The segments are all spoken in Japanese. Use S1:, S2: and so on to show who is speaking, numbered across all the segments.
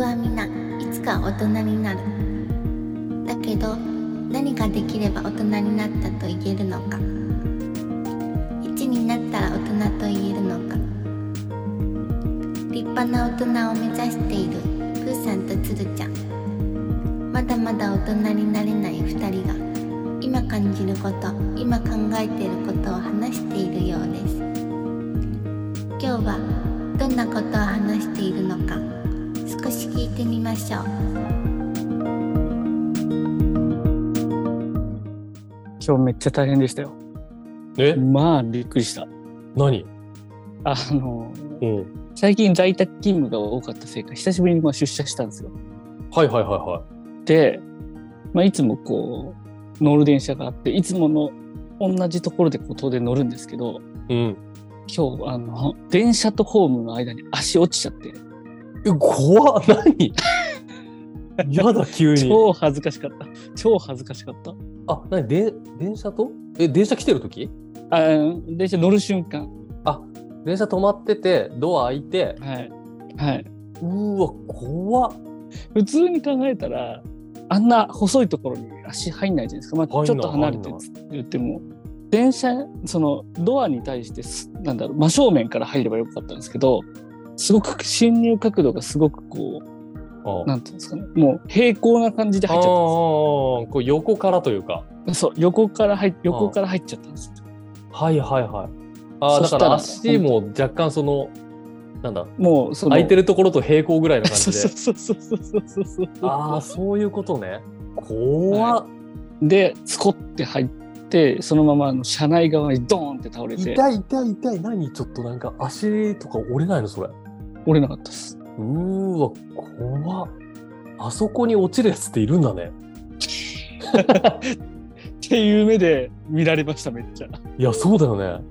S1: はみんないつか大人になるだけど何ができれば大人になったと言えるのか1になったら大人と言えるのか立派な大人を目指しているプーさんとつるちゃんまだまだ大人になれない2人が今感じること今考えていることを話しているようです今日はどんなことを話しているのか少し聞いてみましょう
S2: 今日めっちゃ大変でしたよ
S3: え
S2: まあびっくりした
S3: 何
S2: あの
S3: うん。
S2: 最近在宅勤務が多かったせいか久しぶりにまあ出社したんですよ
S3: はいはいはいは
S2: で、まあ、いつもこう乗る電車があっていつもの同じところでこう東電乗るんですけど
S3: い。うん。
S2: 今日あの電車とホームの間に足落ちちゃって
S3: え、怖っ何 やだ、急に。
S2: 超恥ずかしかった超恥ずかしかった
S3: あ、何で電車とえ、電車来てる時
S2: あ電車乗る瞬間
S3: 電車止まってて、ドア開いて、
S2: はいはい、
S3: うーわ、怖っ。
S2: 普通に考えたらあんな細いところに足入んないじゃないですか、まあ、ちょっ
S3: 入んない
S2: と離れて
S3: 入んな
S2: 言っても電車そのドアに対してすなんだろう真正面から入ればよかったんですけどすごく進入角度がすごくこ
S3: あ
S2: うなんていうんですかねもう平行な感じで
S3: あ
S2: 入っちゃったん
S3: ーこう横からというか。
S2: ですそう横から入横から入っちゃったんですよ
S3: はいはいはい。ああ、
S2: そ
S3: だ
S2: した
S3: からら足も若干その、なんだ、
S2: もうその
S3: 空いて
S2: る
S3: るところと平行ぐらいの感
S2: そ
S3: じ
S2: う
S3: で。
S2: そうそうそうそうそうそう
S3: ああ、そういうことね。怖っ。
S2: でスコって入ってそのままあの車内側にドーンって倒れて
S3: 痛い痛い痛い。何ちょっとなんか足とか折れないのそれ。
S2: 折れなかったです
S3: うーわ、怖っ。あそこに落ちるやつっているんだね。
S2: っていう目で見られましためっちゃ、
S3: いや、そうだよね。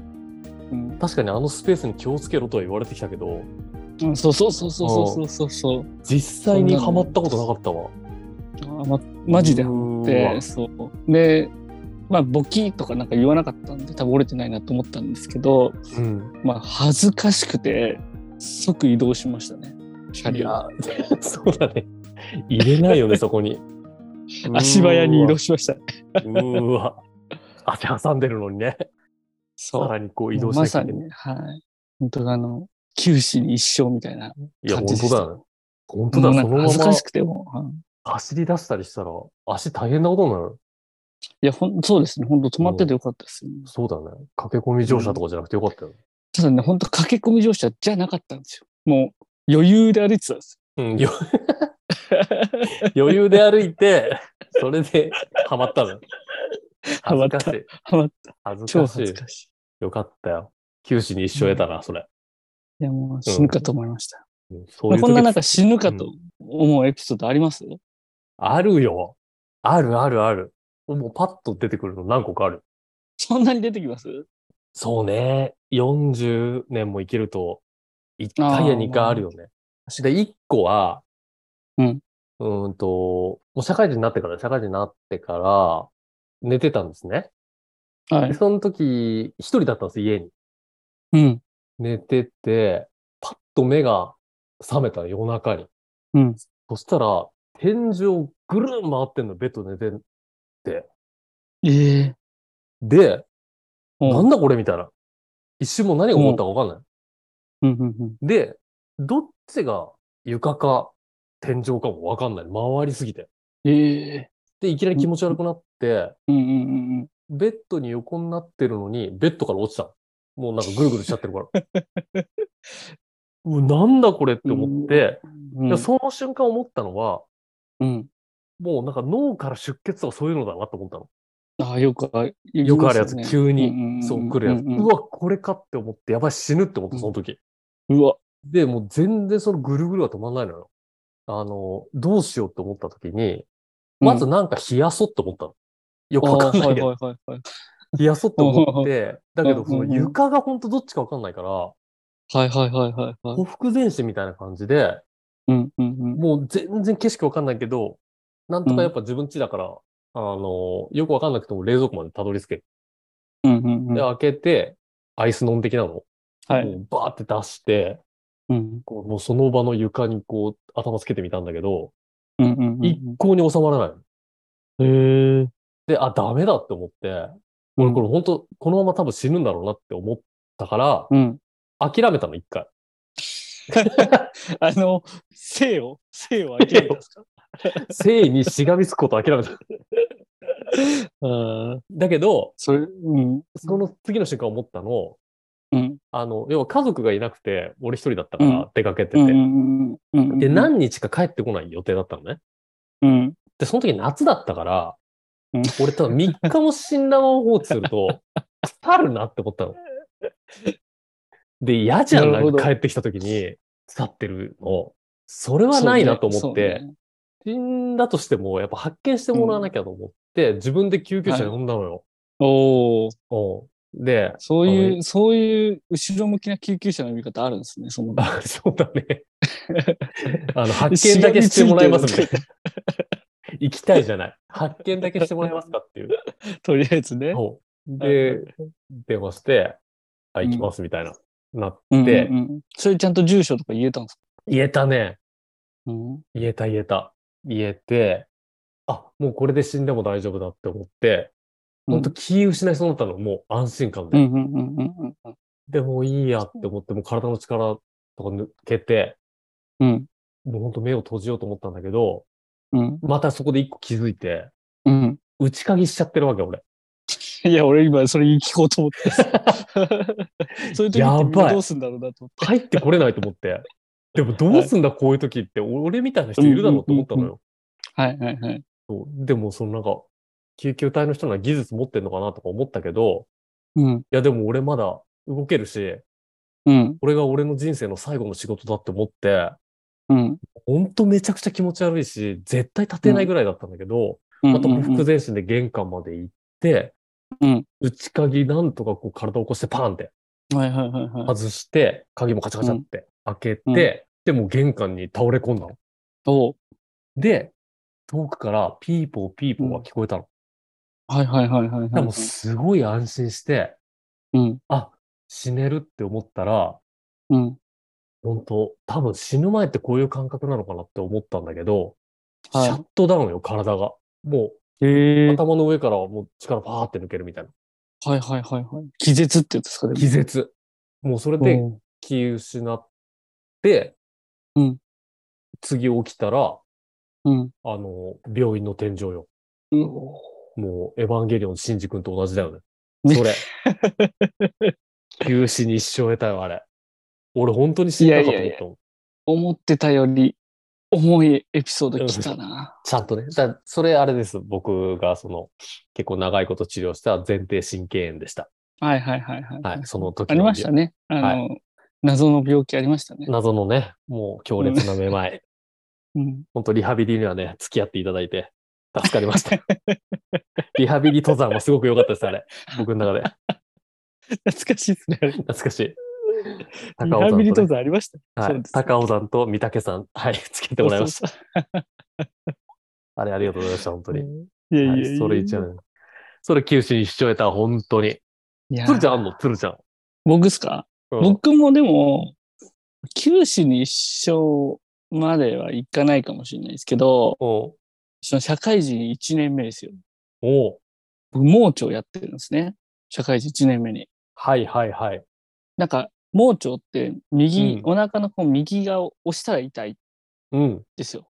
S2: うん
S3: 確かにあのスペースに気をつけろとは言われてきたけど、
S2: うん、そうそうそうそうそうそうそう
S3: 実際にはまったことなかったわ。
S2: あ、ま、マジで
S3: う
S2: あっ
S3: ー
S2: て
S3: わ
S2: そうでまあボキとかなんか言わなかったんで多分折れてないなと思ったんですけど
S3: うん。
S2: まあ恥ずかしくて即移動しましたね車
S3: い
S2: 両
S3: や、 そうだね。入れな いよね、そこに。
S2: 足早に移動
S3: し
S2: しました
S3: うーわ。足挟んでるのにね。
S2: そ
S3: さ
S2: う
S3: らにこう移動し
S2: ま
S3: なきゃ
S2: さ
S3: いけ
S2: に
S3: ない。
S2: ねはい本当あの九死に一生みたいない
S3: や、
S2: 感
S3: 本
S2: じでし
S3: 当
S2: た
S3: だよね。本当だ、
S2: もうな
S3: そ
S2: ん
S3: の
S2: か
S3: ま
S2: 恥ずか
S3: ま
S2: しくてもう、はい
S3: 走り出したりしたら、足大変なことになる。
S2: いやほんそうですね本当止まっててよかったですよね
S3: そうだね。駆け込み乗車とかじゃなくてよかったよ。
S2: ただね、本当駆け込み乗車じゃなかったんですよ。もう余裕で歩いてたんです
S3: うん、よ 余裕で歩いて、それでハマったの。
S2: ハ
S3: 恥
S2: マった
S3: ずかしい。
S2: よ。はまった。
S3: 恥ず
S2: 超
S3: かし
S2: 恥ず
S3: い。
S2: かしい。
S3: よかったよ。九死に一生得たな、それ。
S2: いや、もう死ぬかと思いました。
S3: うんそういう
S2: こんな
S3: 時
S2: なんか死ぬかと思うエピソードあります、
S3: あるよ。あるあるある。もうパッと出てくるの何個かある。
S2: そんなに出てきます
S3: そうね。40年も生きると、1回や2回あるよね。で、1個は、
S2: うん。
S3: うーんと、もう社会人になってから、社会人になってから、寝てたんですね。
S2: は
S3: で
S2: い。
S3: その時、一人だったんです、家に。
S2: うん。
S3: 寝てて、パッと目が覚めたの夜中に。
S2: うん。
S3: そしたら、天井ぐるん回ってんの、ベッドで寝てて。
S2: ええ
S3: で、
S2: うん
S3: なんだこれみたいな。一瞬もう何が起こったかわかんない。
S2: うんうんうん。
S3: で、どっちが床か天井かもわかんない。回りすぎて。
S2: ええ
S3: で、いきなり気持ち悪くなって、
S2: うんうんうんうん。
S3: ベッドに横になってるのに、ベッドから落ちたの。もうなんかぐるぐるしちゃってるから。 うわなんだこれって思って、
S2: うん
S3: でその瞬間思ったのは、
S2: うん、
S3: もうなんか脳から出血とかそういうのだなと思ったの。
S2: ああ、よくあ、
S3: よくあるやつ、
S2: 言いますよね
S3: 急
S2: うん
S3: に、
S2: んんん
S3: そう来るやつ。
S2: んん
S3: うわ、これかって思って、やばい、死ぬって思った、その時。
S2: うわ。
S3: で、もう全然そのぐるぐるは止まんないのよ。あの、どうしようって思った時に、まず
S2: うん、
S3: なんか冷やそうって思ったの。よくわかんな
S2: あ
S3: いけ
S2: あ
S3: ど、
S2: はいはいはいはい。
S3: 冷やそうって 思って、だけどそ
S2: うんう
S3: の
S2: んうん
S3: 床がほんとどっちかわかんないから、
S2: はいはいはいはいはい。
S3: ほふ前進みたいな感じで、
S2: うんうんうん。
S3: もう全然景色わかんないけど、なんとかやっぱ自分家だから、あの、よくわかんなくても冷蔵庫までたどり着ける。
S2: うんうんうん
S3: で、開けて、アイス飲ん的なの。
S2: はい。
S3: もうバーって出して、
S2: うん。
S3: こうもうその場の床にこう頭つけてみたんだけど、
S2: うんうんうん。
S3: 一向に収まらないの。
S2: へえ。
S3: で、あ、ダメだって思って、俺これ本当、このまま多分死ぬんだろうなって思ったから、
S2: うん。
S3: 諦めたの、一回。
S2: あの、生を、生を諦めたんですか
S3: 生にしがみつくことを諦めた。
S2: うん。
S3: だけど、
S2: それ、うん。
S3: その次の瞬間思ったの、
S2: うん。
S3: あの、要は家族がいなくて、俺一人だったか
S2: うん
S3: ら出かけてて、
S2: うんうんうんうん。
S3: で、何日か帰ってこない予定だったのね。
S2: うん。
S3: で、その時夏だったから、
S2: うん
S3: 俺多分3日も死んだまま放置すると、腐るなって思ったの。で、嫌じゃん、
S2: な
S3: な
S2: るほ
S3: ん
S2: ど
S3: か帰ってきた時に、腐ってるの。それはないなと
S2: そ
S3: 思っ
S2: う
S3: て、
S2: ね。
S3: 死んだとしても、やっぱ発見してもらわなきゃと思って、自分で救急車呼んだのよ。
S2: おお、
S3: うんで、
S2: そう
S3: あ
S2: い
S3: の
S2: う、そういう後ろ向きな救急車の呼び方あるんですね、その。
S3: あそうだね。あの、発見だけしてもらえますみたいな。行きたいじゃない。発見だけしてもらえますかっていう。
S2: とりあえずね。
S3: そう
S2: はい
S3: で、電話して、あ、行きますみたいな、なっ
S2: うんうん
S3: て、
S2: うんそれちゃんと住所とか言えたんですか
S3: 言えたね。
S2: うん。
S3: 言えた言えた。言えて、あ、もうこれで死んでも大丈夫だって思って、
S2: うん
S3: ほんと気失いそうになったの、もう安心感
S2: う
S3: で。
S2: んうんうんうんうん
S3: でもういいやって思って、もう体の力とか抜けて、
S2: うん。
S3: もうほんと目を閉じようと思ったんだけど、
S2: うん。
S3: またそこで一個気づいて、
S2: うん。
S3: 内鍵しちゃってるわけ、俺。
S2: いや、俺今それ聞こうと思って さそういう時ってみん
S3: やば
S2: ないどうすんだろうなと思
S3: 入ってこれないと 思って。でもどうすんだ、こういう時って、俺みたいな人いるだろうと思ったのよ。
S2: って。はいはいはい。
S3: そうでも、そのなんか、救急隊の人なら技術持ってんのかなとか思ったけど、
S2: うん。
S3: いやでも俺まだ動けるし、
S2: うん。
S3: これが俺の人生の最後の仕事だって思って、
S2: うん。
S3: ほんとめちゃくちゃ気持ち悪いし、絶対立てないぐらいだったんだけど、
S2: うん
S3: また不服前進で玄関まで行って、
S2: うん
S3: 内鍵なんとかこう体を起こしてパーンって
S2: はいはいはいはい。
S3: 外して、鍵もカチャカチャって開けて、
S2: うん
S3: でもう玄関に倒れ込んだの。
S2: おう
S3: で、遠くからピーポーピーポーが聞こえたの。
S2: はいはいはいはい
S3: で
S2: はい。
S3: もすごい安心して、
S2: うん。
S3: あ、死ねるって思ったら、
S2: うん。
S3: 本当多分死ぬ前ってこういう感覚なのかなって思ったんだけど、
S2: はい
S3: シャットダウンよ、体が。も
S2: へえ。
S3: う、頭の上からもう力パーって抜けるみたいな。
S2: はいはいはいはい。気絶ってやつですかね。
S3: 気絶。もうそれで
S2: おう
S3: 気失って、
S2: うん
S3: 次起きたら、
S2: うん。
S3: あの、病院の天井よ。
S2: うん。
S3: もう、エヴァンゲリオン、シンジ君と同じだよね。
S2: ね
S3: それ。 休止に一生得たよ、あれ。俺、本当に死んだかと
S2: い
S3: 思ったもん
S2: やいやいや思ってたより重いエピソード来たな。
S3: ちゃんとね。だそれ、あれです。僕が、その、結構長いこと治療した前提神経炎でした。
S2: はいはいはいはい。
S3: はい、その時
S2: ありました
S3: ね。
S2: ね。あの、謎の病気ありましたね。
S3: 謎のね、もう強烈なめまい。
S2: うん。
S3: 本当リハビリにはね、付き合っていただいて、助かりました。リハビリ登山はすごく良かったです、あれ。僕の中で。
S2: 懐かしいですね。
S3: 懐かしい。
S2: リ
S3: 尾
S2: ハ
S3: さんと
S2: ビリ
S3: ね
S2: 登山ありました。
S3: は
S2: そう
S3: い
S2: で、す
S3: 高尾さんと三宅さん、はい、つけてもらいました。
S2: た。そう
S3: あれ、ありがとうございました、本当
S2: そう
S3: に。
S2: いやいや
S3: はい
S2: や
S3: い、それ一応ね。それ、九死に一生得た、本当に。
S2: いや
S3: 鶴ちゃんあんの鶴ちゃん。
S2: 僕っすか、
S3: うん
S2: 僕もでも、九死に一生まではいかないかもしれないですけど、
S3: おう
S2: その社会人1年目ですよ。
S3: おう
S2: 僕、盲腸やってるんですね。社会人1年目に。
S3: はいはいはい。
S2: なんか、盲腸って右、
S3: うん
S2: お腹のこう右側を押したら痛いん
S3: うん。
S2: ですよ。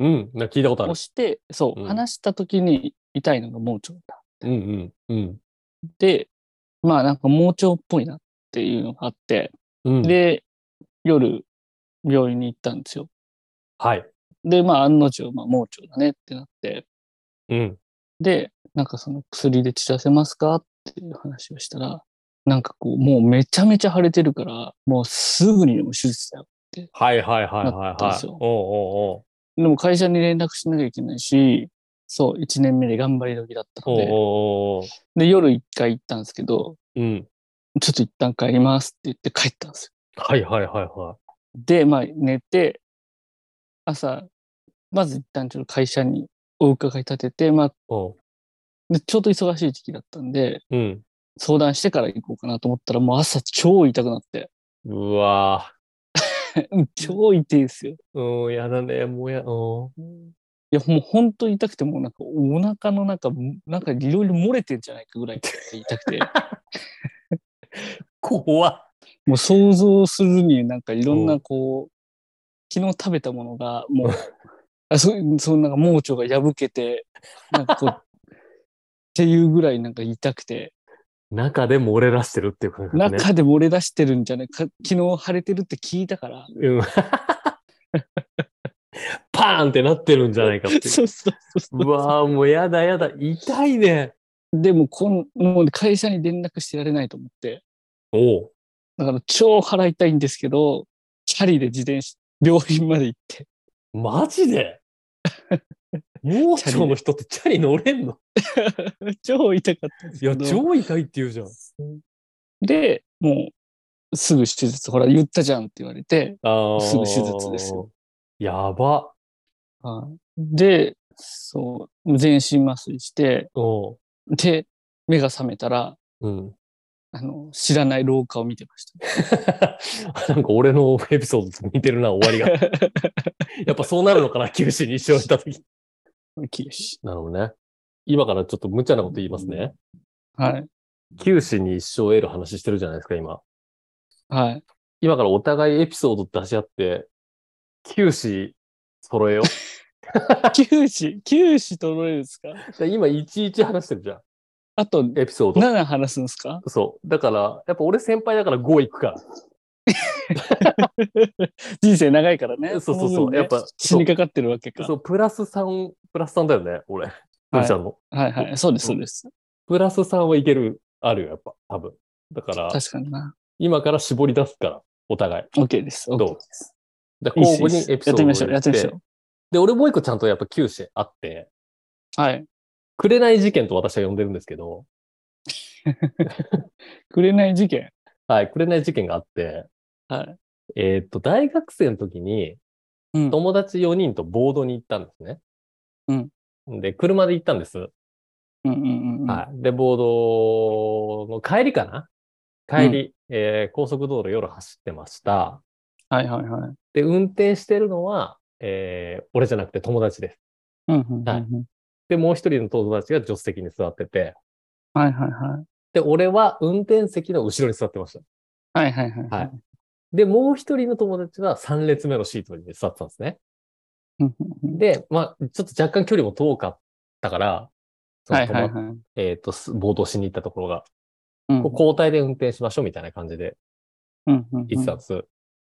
S3: うん。な聞いたことある
S2: 押。して、そう、
S3: うん
S2: 離した時に痛いのが盲腸だ。
S3: うんうんうん。
S2: で、まあなんか盲腸っぽいなっていうのがあって、
S3: うん、
S2: で、夜、病院に行ったんですよ。
S3: はい。
S2: で、まあ案の定、まあ盲腸だねってなって、
S3: うん。
S2: で、なんかその薬で散らせますかっていう話をしたら、なんかこう、もうめちゃめちゃ腫れてるから、もうすぐにでも手術だよ。
S3: はいはいはいはい
S2: なったんで
S3: は
S2: す
S3: い。
S2: よ
S3: おう
S2: でも会社に連絡しなきゃいけないし、そう、1年目で頑張り時だった
S3: おうおう
S2: の
S3: おう
S2: で、
S3: おうおう
S2: で、夜1回行ったんですけど、
S3: うん。
S2: ちょっと一旦帰りますって言って帰ったんですよ
S3: はいはいはいは
S2: で、まあ寝て、朝、まず一旦ちょっと会社にお伺い立てて、まあ、
S3: い。おう
S2: でちょうど忙しい時期だったんで、
S3: うん。
S2: 相談してから行こうかなと思ったら、もう朝超痛くなって、
S3: うわ
S2: 超痛いですよ。い
S3: うん、やだね、もうや、うん。
S2: や、もう本当痛くて、もうなんかお腹の中、なんかいろいろ漏れてんじゃないかぐらい痛 くて、
S3: 怖っ。
S2: もう想像するになんかいろんなこう、昨日食べたものがもう、あそそのなんか盲腸が破けて、なんかこう、 っていうぐらいなんか痛くて、
S3: 中で漏れ出してるっていう感じね。
S2: 中で漏れ出してるんじゃないか、昨日腫れてるって聞いたから、
S3: うん パーンってなってるんじゃないかっていう。
S2: そうそうそう
S3: うわーもうやだやだ、痛いね。
S2: でもこん、もう会社に連絡してられないと思って、
S3: おう
S2: だから超払いたいんですけど、チャリで自転車、病院まで行って、
S3: マジで盲腸の人ってチャリ乗れんの
S2: 超痛かったんですけ
S3: いや、
S2: ど。
S3: 超痛いって言うじゃん。
S2: で、もう、すぐ手術、ほら、言ったじゃんって言われて、
S3: あー
S2: すぐ手術ですよ。
S3: やば。
S2: はいで、そう、全身麻酔して、
S3: おう
S2: で、目が覚めたら、
S3: うん。
S2: あの、知らない廊下を見てまし
S3: なんか俺のエピソードと似てるな、終わりが。 やっぱそうなるのかな、九死に一生した時
S2: た。きよし。
S3: なるほどね。今からちょっと無茶なこと言いますね。
S2: はい。
S3: 九死に一生を得る話してるじゃないですか、今。
S2: はい。
S3: 今からお互いエピソード出し合って、九死揃えよ う。
S2: 九死、九死取れるんですか
S3: で今、いちいち話してるじゃ
S2: あと、
S3: ん、エピソード。
S2: 7話すんですか
S3: そう。だから、やっぱ俺先輩だから5いくか
S2: 人生長いからね。
S3: そうそうそう
S2: の分ね
S3: やっぱ
S2: 死にかかってるわけ
S3: ら。
S2: か
S3: そ。う、プラス3、プラス3だよね、俺。のりちゃんの。
S2: はいはい。そうです、そうです。
S3: プラス3はいける、あるよ、やっぱ、多分。だから、
S2: 確かにな。
S3: 今から絞り出すから、お互い。
S2: OK です。
S3: ど
S2: OK
S3: う
S2: です。
S3: で、
S2: いいっ
S3: 交
S2: すいいっす
S3: 互にエピソ
S2: やっ
S3: ード
S2: て
S3: を
S2: みましょう、やってみましょ
S3: て
S2: う。
S3: で、俺もう一個ちゃんとやっぱ九死あって、
S2: はい。
S3: 紅事件と私は呼んでるんですけど、
S2: くれない事件。
S3: はい、紅事件があって、
S2: はい。
S3: えーっと、大学生の時に、
S2: うん。
S3: 友達4人とボードに行ったんですね。で、車で行ったんです。
S2: うんうんうん。
S3: はい。で、ボードの帰りかな帰り、えー高速道路夜走ってました。
S2: い。はいはいはい。
S3: で、運転してるのは、えー俺じゃなくて友達です。
S2: うんうんうんうん。
S3: は
S2: はいい
S3: で、もう一人の友達が助手席に座ってて、
S2: はいはい。
S3: で、俺は運転席の後ろに座ってました。
S2: はいはいはい。
S3: はいで、もう一人の友達は3列目のシートに座ってたんですね。
S2: うんうんうん
S3: で、まあ、ちょっと若干距離も遠かったから、その
S2: はいはい
S3: 友
S2: はい。
S3: えっ、と、すボードしに行ったところが、
S2: うん
S3: こう交代で運転しましょうみたいな感じで
S2: うんうんうん
S3: 行ってたんです。で、
S2: うんう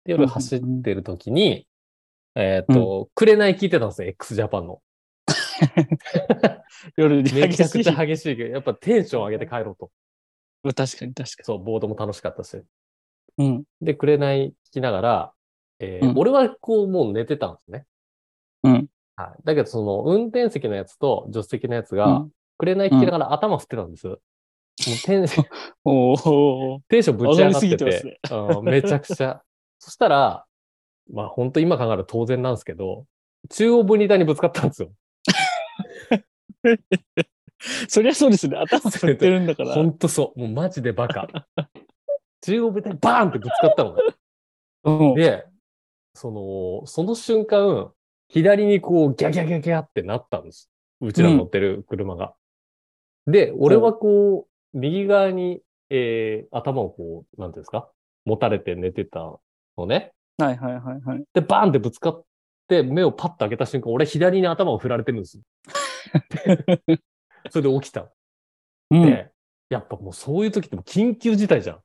S3: 夜
S2: ん
S3: 走ってる時に、えっ、と、紅聞いてたんですよ、x ジャパンの。
S2: 夜に
S3: めち
S2: 激
S3: ゃ
S2: し
S3: く
S2: い
S3: ちゃ激しいけど、やっぱテンション上げて帰ろうと。
S2: 確かに確か
S3: そう、ボードも楽しかったし。
S2: に。うん。
S3: で、紅聞きながら、えー
S2: うん
S3: 俺はこう、もう寝てたんですね。
S2: うん。
S3: はい。だけど、その、運転席のやつと助手席のやつ
S2: う
S3: が、
S2: ん
S3: 紅聞きながら頭振ってたんです。もうテン
S2: おー。
S3: テンションぶち上が
S2: 上がり
S3: ってて
S2: すぎてますね
S3: うんめちゃく ちゃ。そしたら、まあ本当今考えると当然なんですけど、中央分離帯にぶつかったんですよ。
S2: そりゃそうですね。頭振ってるんだから。
S3: 本当そう。もうマジでバカ。 中央分離帯バーンってぶつかったのね。
S2: うん
S3: で、その、その瞬間、左にこうギャギャギャギャってなったんです。うちら乗ってる車が。で、俺はこう、右側に、えー頭をこう、なんていうんですか持たれて寝てたのね。
S2: はいはいはいはい。
S3: で、バーンってぶつかって、目をパッと開けた瞬間、俺左に頭を振られてるんで すよ。それで起きた。
S2: うん。
S3: で、やっぱもうそういう時ってもう緊急事態じゃん。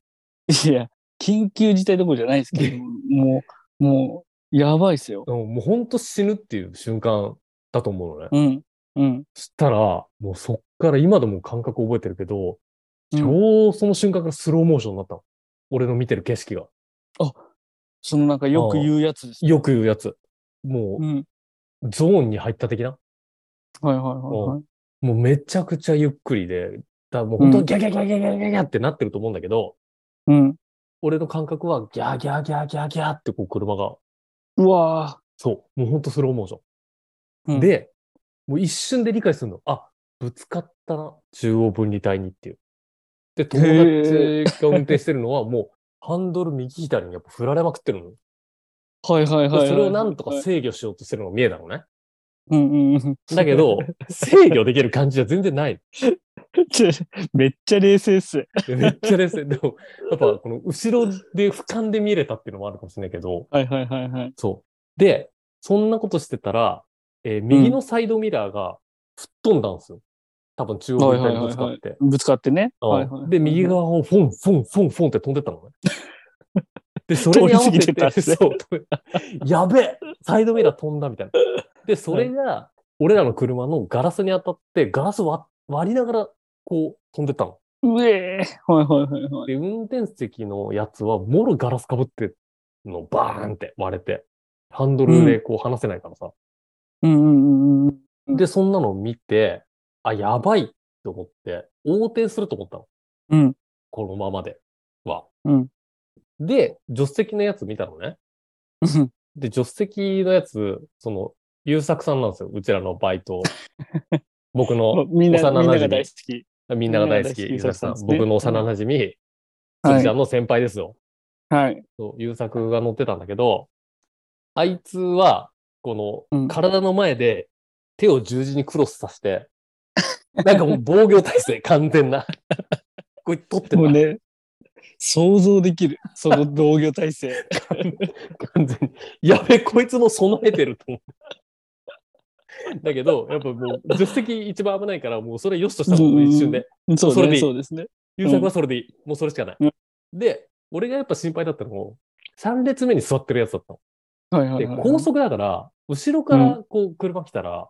S2: いや、緊急事態どころじゃないですけど、もう、もう、やばいっすよ。
S3: うんもうほんと死ぬっていう瞬間だと思うのね。
S2: うん。うん。
S3: そしたら、もうそっから今でも感覚覚えてるけど、
S2: うん
S3: ちょうどその瞬間からスローモーションになったの。俺の見てる景色が。
S2: そのなんかよく言うやつです。
S3: よく言うやつ。も
S2: うん。
S3: うゾーンに入った的な。
S2: はいはいはいはい。
S3: もうめちゃくちゃゆっくりで、だからもう本当にギャギャギャギャギャギャギャってなってると思うんだけど、
S2: うん。
S3: 俺の感覚はギャーギャーギャーギャーギャーってこう車が、
S2: うわ
S3: そう、もうほんとスローモーショ
S2: ぁ。う
S3: ン。
S2: ん、
S3: で、もう一瞬で理解するの。あ、ぶつかったな、中央分離帯にっていう。で、友 達が運転してるのはもうハンドル右左にやっぱ振られまくってるの。
S2: はいはいはいはい。
S3: それをなんとか制御しようとするのが見えたのね。
S2: うんうんうん。
S3: だけど、制御できる感じは全然ない。
S2: ちょめっちゃ冷静っす。
S3: めっちゃ冷静。でも、やっぱこの後ろで俯瞰で見れたっていうのもあるかもしれないけど、
S2: はいはいはいはい。
S3: そう。で、そんなことしてたら、えー右のサイドミラーが吹っ飛んだんですよ。多分中央みたいにぶつかって。
S2: ぶつかってね。
S3: うん
S2: はいはい、
S3: で、右側をフォン、フォン、フォン、フォンって飛んでったのね。 で、それに合わせ
S2: 通り過ぎてたんで
S3: て、
S2: すね
S3: そう、やべえサイドミラー飛んだみたいな。で、それが、俺らの車のガラスに当たって、ガラス割割りながら、こう、飛んでったの。
S2: うえー。はいはいはいはい。
S3: で、運転席のやつは、もろガラスかぶってんの、バーンって割れて、ハンドルでこう離せないからさ。
S2: うんうんうんうん。うん
S3: で、そんなのを見て、あ、やばいって思って、横転すると思ったの。
S2: うん。
S3: このままでは。
S2: うん
S3: で、助手席のやつ見たのね。
S2: うん
S3: で、助手席のやつ、その、優作さんなんですよ。うちらのバイト。僕の、
S2: みんな、
S3: 幼馴染
S2: みんなが大好き。
S3: みんなが大好き、
S2: みんなが大好き
S3: 優作さん。
S2: 優作さんですね
S3: 僕の幼馴染み、う
S2: は
S3: ちら
S2: い。
S3: の先輩ですよ。
S2: はい。
S3: そう優作が乗ってたんだけど、あいつは、こ
S2: う
S3: の、
S2: ん
S3: 体の前で手を十字にクロスさせて、なんかもう防御体制、 完全な。これ取ってた
S2: もうね、想像できる。その同業体 制。
S3: 完全に。やべ、こいつも備えてると思う。だけど、やっぱもう、助手席一番危ないから、もうそれよしとしたの、
S2: うん
S3: 一瞬で。
S2: そう
S3: それで
S2: ね、
S3: いい
S2: そうですね。
S3: 優作はそれでいい。もうそれしかない。
S2: うん
S3: で、俺がやっぱ心配だったのも、3列目に座ってるやつだったの。
S2: はいはい
S3: で、
S2: はい。
S3: 高速だから、後ろからこう、車来たら、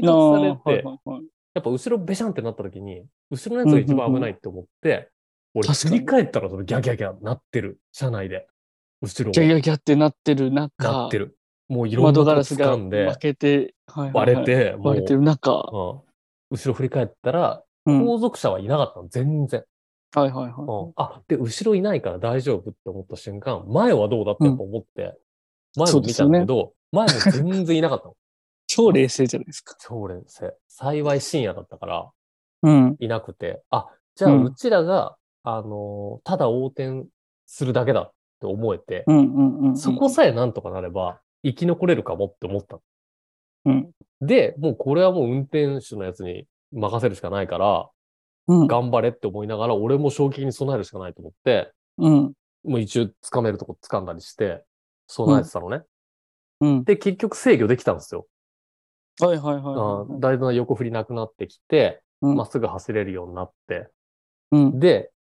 S2: あー
S3: 突さ
S2: は
S3: れ
S2: い
S3: て、
S2: はいはい
S3: やっぱ後ろべしゃんってなった時に、後ろのやつが一番危ないって思って、俺、
S2: 確か
S3: 振
S2: に
S3: り返ったら、そのギャギャギャなってる、車内で。後ろ
S2: ギャ
S3: が
S2: ギャギャってなってる
S3: な
S2: 中
S3: って、る。もういろんな
S2: 窓
S3: とこ
S2: ガラスが
S3: 掴んで
S2: 負、けて、はいはい
S3: 割
S2: は
S3: れ
S2: い
S3: て、もう、
S2: 割れてる中、
S3: うん後ろ振り返ったら、
S2: うんはい
S3: 後続車はいなかったの、全然。
S2: はいは
S3: うんあ、で、後ろいないから大丈夫って思った瞬間、前はどうだってやっぱ思って、前
S2: そう
S3: も
S2: で
S3: 見
S2: す
S3: た
S2: よ
S3: ん
S2: ね
S3: だけど、前も全然いなかったの。
S2: い。超冷静じゃないですか。
S3: 超連生。幸い深夜だったから、
S2: うん。
S3: いなくて、あ、じゃあ
S2: うん
S3: うちらが、あのーただ横転するだけだって思えて
S2: う、んうんうんうん。
S3: そこさえなんとかなれば、生き残れるかもって思ったの
S2: うん。
S3: で、もうこれはもう運転手のやつに任せるしかないから、
S2: うん。
S3: 頑張れって思いながら、俺も衝撃に備えるしかないと思って、
S2: うん。
S3: もう一応掴めるとこ掴んだりして、備えてたのね。
S2: うん。
S3: で、結局制御できたんですよ。
S2: はいはいはい
S3: あ
S2: はい。
S3: だいぶ横振りなくなってきて、
S2: うん
S3: まっすぐ走れるようになって。
S2: うん。
S3: で、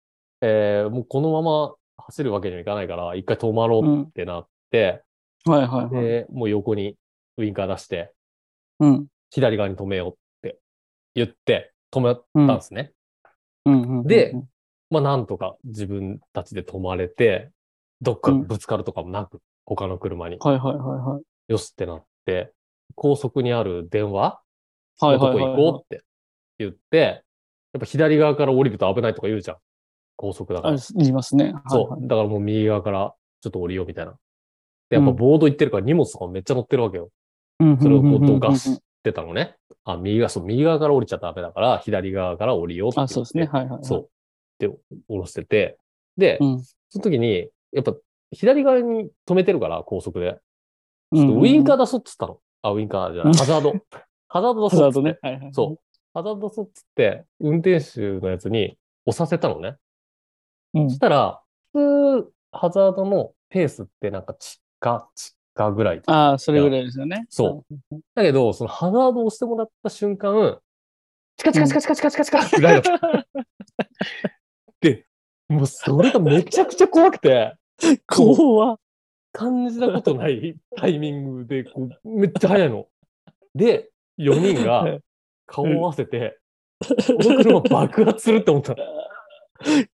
S3: えーもうこのまま走るわけにはいかないから、一回止まろうってなって、
S2: はいはいはい。
S3: で、もう横にウインカー出して、
S2: うん。
S3: 左側に止めようって言って、止め
S2: う
S3: たん
S2: ん
S3: ですね。
S2: うん。
S3: でまあ、なんとか自分たちで止まれて、どっかぶつかるとかもなく、他の車に、
S2: はいはいは
S3: よしってなって、高速にある電話
S2: いはい。はい
S3: の
S2: は
S3: と
S2: い
S3: こ
S2: はい
S3: 行
S2: はい。
S3: こうって言って、やっぱ左側から降りると危ないとか言うじゃん。高速だか
S2: あ
S3: ら。
S2: 言いますね。
S3: そう。だからもう右側からちょっと降りようみたいな。で、やっぱボード行ってるから荷物とかもめっちゃ乗ってるわけよ。
S2: う
S3: それをこうどかしてたのね。あ、右側、そう、右側から降りちゃダメだから、左側から降りようって言
S2: あ、
S3: って
S2: そうですね。。はいはい。
S3: そう。で、降ろしてて。で、
S2: うん。
S3: その時に、やっぱ左側に止めてるから、高速で。
S2: う
S3: ちょっ
S2: ん。
S3: とウインカ
S2: ー
S3: ー出そうっつったの。あ、ウインカーじゃない。ハ ザード。ハザード出
S2: ハ
S3: そう
S2: ザー
S3: っつっ
S2: ド
S3: て
S2: ね。。はいはい。
S3: そう。ハザード出そうっつって、運転手のやつに押させたのね。
S2: うん。
S3: そしたら、普通、ハザードのペースってなんか、チッカ、チッカぐらい。
S2: ああ、それぐらいですよね。
S3: そうだけど、そのハザードを押してもらった瞬間、チカチカチカチカチカチカチカってぐらいだった。で、もうそれがめちゃくちゃ怖くて、
S2: 怖っ
S3: 感じたことないタイミングで、こう、めっちゃ速いの。で、4人が顔を合わせて、この車爆発するって思ったの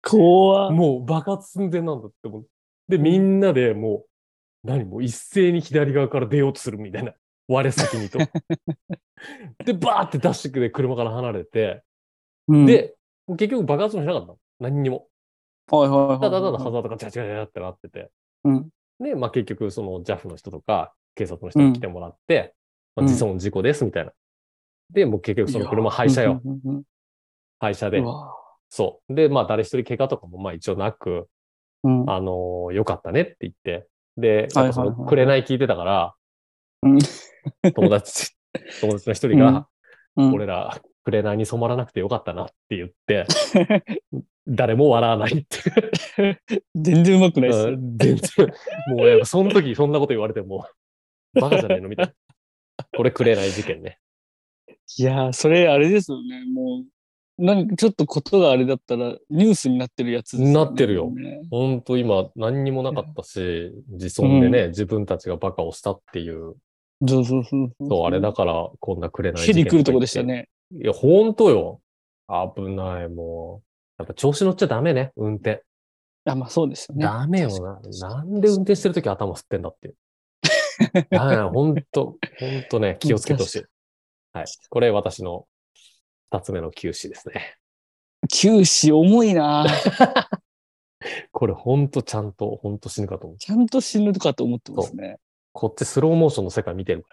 S2: 怖っ
S3: もう爆発寸前なんだって思う。で、みんなでもう、何もう一斉に左側から出ようとするみたいな。 我先 にと。で、バーってダッシュで車から離れて、
S2: うん、
S3: で、もう結局爆発もしなかったの。何にも。
S2: はいはいはい。
S3: ただただハザードがジャジャジャジャってなってて。
S2: うん。
S3: で、まあ結局その JAF の人とか警察の人に来てもらって、
S2: うん
S3: まあ、自損事故ですみたいな。で、もう結局その車廃車よ。。廃車で
S2: う。わ
S3: そう。で、まあ誰一人怪我とかもまあ一応なく、
S2: うん。
S3: あのー、よかったねって言って、で、やっぱそ
S2: はい
S3: の、
S2: はいはい
S3: くれない聞いてたから、
S2: うん
S3: 友達、 友達の一人が、
S2: うん
S3: 俺ら、くれないに染まらなくてよかったなって言って、誰も笑わないっていう。
S2: 全然うまくないです
S3: う。ん全然。もうやっぱその時そんなこと言われても、バカじゃねえのみたいな。これくれない事件ね。
S2: いやー、それあれですよね。もう、なんかちょっとことがあれだったらニュースになってるやつですよね
S3: なってるよ
S2: もうね
S3: ほんと今何にもなかったし、自尊でね、自分たちがバカをしたっていう、
S2: そうそうそうそう。
S3: そうあれだからこんなくれない
S2: 日
S3: 事件
S2: 々来るとこでしたね。
S3: 言って。いや、ほんとよ。危ない、もう。やっぱ調子乗っちゃダメね、運転。
S2: あ、まあそうですよね。
S3: ダメよ
S2: 確
S3: な
S2: かに。
S3: なんで運転してるとき頭吸ってんだっていう。ダメなの、ほんと、ほん とね、気をつけてほしい。はい。これ私の二つ目の休止ですね。
S2: 九死重いな ー
S3: これほんとちゃんと、ほんと死ぬかと思う。
S2: ちゃんと死ぬとかと思ってますね。
S3: こっちスローモーションの世界見てるか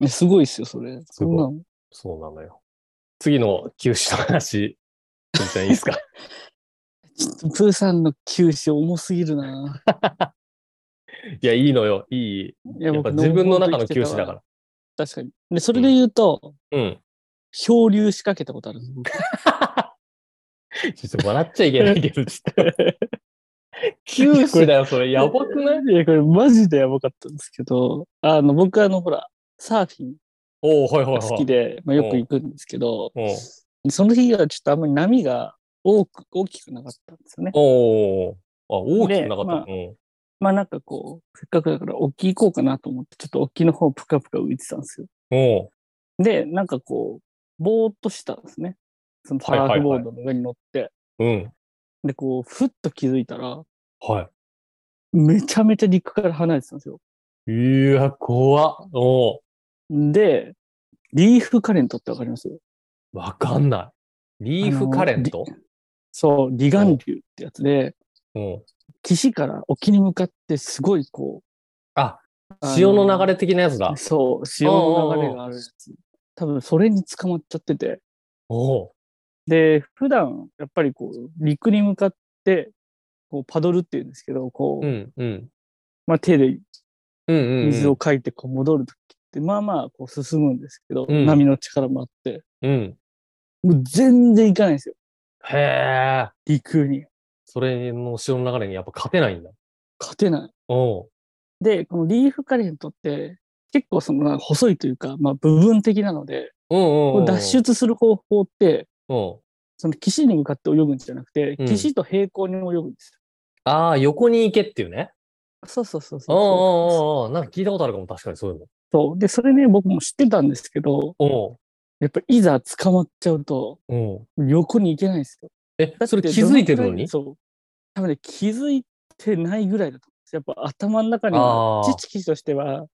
S3: ら。
S2: ねすごいですよ、それ。
S3: す
S2: そ
S3: ごい
S2: んなの
S3: そうなのよ。次の休止の話、ちょっといいですか
S2: ちょっとプーさんの九死重すぎるなー
S3: いや、いいのよ。いい。
S2: いや。
S3: やっぱ自分の中の休止だから
S2: 確かに。で、それで言うと、
S3: ら。うん。
S2: 漂流仕掛けたことあるんです僕
S3: ちょっと笑っちゃいけないけど、ちょっと。休止だよ、それ。やばくない
S2: いや、これマジでやばかったんですけど、あの、僕あの、ほら、サーフィン
S3: おおはいはい
S2: が
S3: はい。
S2: 好きで、まあ、よく行くんですけど、
S3: うん。
S2: その日はちょっとあんまり波が多く、大きくなかったんですよね。
S3: おお。あ、大きくなか
S2: で
S3: った。
S2: まあ
S3: うん。
S2: まあなんかこう、せっかくだから沖行こうかなと思って、ちょっと沖の方ぷかぷか浮いてたんですよ。
S3: おう
S2: で、なんかこう、ぼーっとしてたんですね。そのサーフボードの上に乗って。
S3: うん。
S2: で、こう、ふっと気づいたら、
S3: は
S2: めちゃめちゃ陸から離れてたんですよ。
S3: い。いや、怖っ。おお。
S2: で、リーフカレントってわかります
S3: わかんない。リーフカレント
S2: そう、離岸流ってやつで、
S3: うん。
S2: 岸から沖に向かってすごいこ
S3: あ、
S2: う、あ
S3: 潮の流れ的なやつだ。
S2: そう、潮の流れがあるやつ。多分それに捕まっちゃってて。
S3: おお。
S2: で、普段、やっぱりこう、陸に向かって、こう、パドルっていうんですけど、こう、
S3: うん、うん。
S2: まあ手で
S3: うんうん、うん。
S2: 水をかいてこう戻るときって、まあまあこう進むんですけど、
S3: うん
S2: 波の力もあって、
S3: うん。
S2: もう全然行かないんですよ、
S3: へえ。
S2: 陸に。
S3: それの潮の流れにやっぱ勝てないんだ。
S2: 勝てない。
S3: おう。
S2: で、このリーフカレントって、結構その細いというか、まあ部分的なので、
S3: うんうんうん。
S2: 脱出する方法って、
S3: うん。
S2: その岸に向かって泳ぐんじゃなくて、
S3: うん
S2: 岸と平行に泳ぐんですよ。
S3: ああ、横に行けっていうね。
S2: そうそうそう
S3: おうお
S2: そう
S3: おうおうなんか聞いたことあるかも、確かにそういうの。
S2: そう。で、それね、僕も知ってたんですけど、
S3: おう。
S2: やっぱいざ捕まっちゃうと、
S3: おう。
S2: 横に行けないんですよ。
S3: え
S2: だ、って
S3: それ気づいてるの
S2: どくら
S3: に
S2: いそう。多分ね、気づいてないぐらいだと思うんです。やっぱ頭の中に
S3: あ
S2: は、
S3: ー
S2: 知識としては、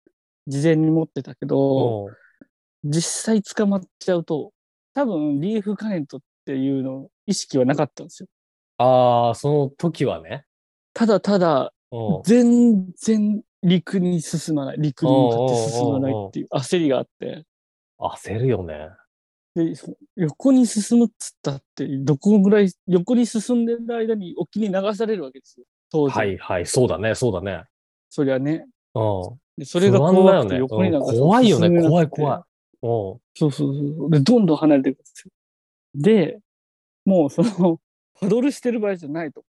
S2: 事前に持ってたけど、
S3: おう。
S2: 実際捕まっちゃうと、多分、リーフカレントっていうの、意識はなかったんですよ。
S3: ああ、その時はね。
S2: ただただ、
S3: おう。
S2: 全然陸に進まない陸に向かって進まない
S3: おうおうおうおう
S2: っていう焦りがあって
S3: 焦るよね。
S2: でそ横に進むっつったってどこぐらい横に進んでる間に沖に流されるわけですよ当時、
S3: はいはい、そうだね、そうだね。
S2: そりゃね
S3: うん。
S2: でそれが
S3: 不安
S2: 怖く
S3: だよね
S2: て横に流され
S3: うん怖いよね
S2: 進めなくて
S3: 怖い怖いおう
S2: そうそうそうそうでどんどん離れていくんですよでもうその パドルしてる場合じゃないと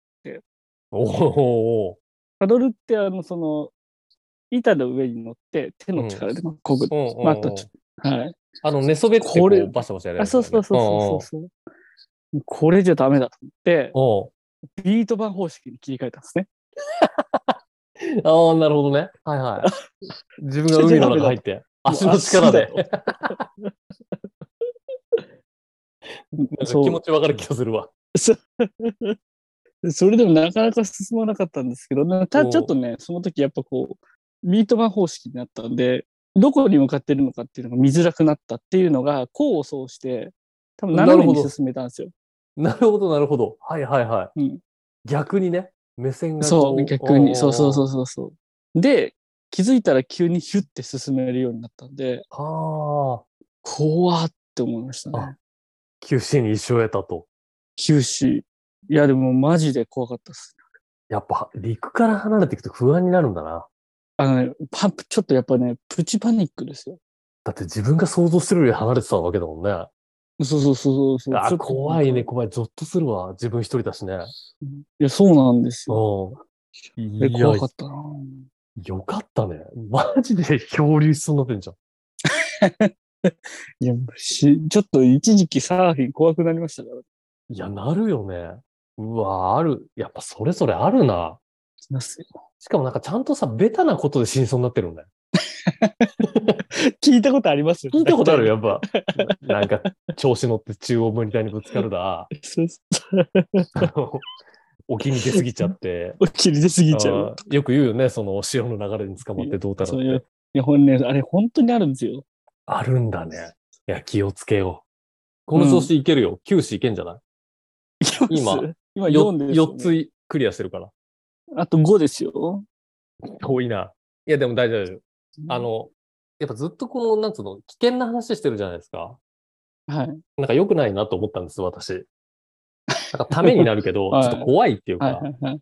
S3: おうおう
S2: パドルってあのその板の上に乗って手の力でこぐ、
S3: おうおうおう
S2: まああとちょはい
S3: あの、寝そべってこ
S2: こ
S3: う
S2: れ
S3: バシャバシャやる
S2: あ、
S3: やつだ
S2: そ
S3: よ
S2: う
S3: ね
S2: そうそうそうそうそう。これじゃダメだと思って、
S3: おう
S2: ビート板方式に切り替えたんですね。
S3: おうああ、なるほどね。はい はい。自分が海の中入って、足の力で。
S2: もう足だ
S3: なんか
S2: そ
S3: 気持
S2: う
S3: ちわかる気がするわ。
S2: で。それでもなかなか進まなかったんですけど、なた
S3: おう
S2: ちょっとね、その時やっぱこう、ビート板方式になったんで、どこに向かってるのかっていうのが見づらくなったっていうのが、功を奏して、多分斜め
S3: なるほ
S2: に
S3: ど
S2: 進めたんですよ。
S3: なるほど、なるほど。はいはいは
S2: うん、
S3: い。逆にね、目線が
S2: そ
S3: こ
S2: う、逆に。そうそうそううそうそう。で、気づいたら急にヒュッて進めるようになったんで、
S3: おうおう。はあ、
S2: 怖ーって思いましたね。
S3: あ九死に一生得たと。
S2: 九死。いや、でもマジで怖かったっす。
S3: やっぱ、陸から離れていくと不安になるんだな。
S2: あのね、パンプ、ちょっとやっぱね、プチパニックですよ。
S3: だって自分が想像してるより離れてたわけだもんね。
S2: そうそうそうそう。ち
S3: あ
S2: ょっと
S3: 怖いね、。怖い。ゾッとするわ。自分一人だしね。
S2: いや、そうなんですよ。
S3: うん。
S2: え
S3: いや、
S2: 怖かったな。
S3: よかったね。マジで漂流しそうになってんじゃん。
S2: いや、し、ちょっと一時期サーフィン怖くなりましたから。
S3: いや、なるよね。うわ、ある。やっぱそれぞれあるな。
S2: 来ますよ
S3: しかもなんかちゃんとさ、ベタなことで真相になってるんだよ。
S2: 聞いたことありますよ。
S3: 聞いたこ とあるやっぱ。なんか、調子乗って中央モニターにぶつかるだ。
S2: そう そ
S3: あの 沖に出過ぎちゃって。
S2: う。切り出すぎちゃう。
S3: あーよく言うよね、その潮の流れに捕まってどうたら
S2: そう
S3: っ
S2: いう
S3: て。。
S2: いや、ほんね、あれ本当にあるんですよ。
S3: あるんだね。いや、気をつけよう。この調子いけるよ。九死いけんじゃない今、
S2: 今
S3: よ
S2: 4ですよね、
S3: 4つクリアしてるから。
S2: あと5ですよ。
S3: 遠いな。いや、でも大丈夫大丈夫。あ、の、やっぱずっとこの、なんつうの、危険な話してるじゃないですか。
S2: はい。
S3: なんか良くないなと思ったんです、私。なんかためになるけど、
S2: はい
S3: ちょっと怖いっていうか、
S2: はいはいはい。
S3: なん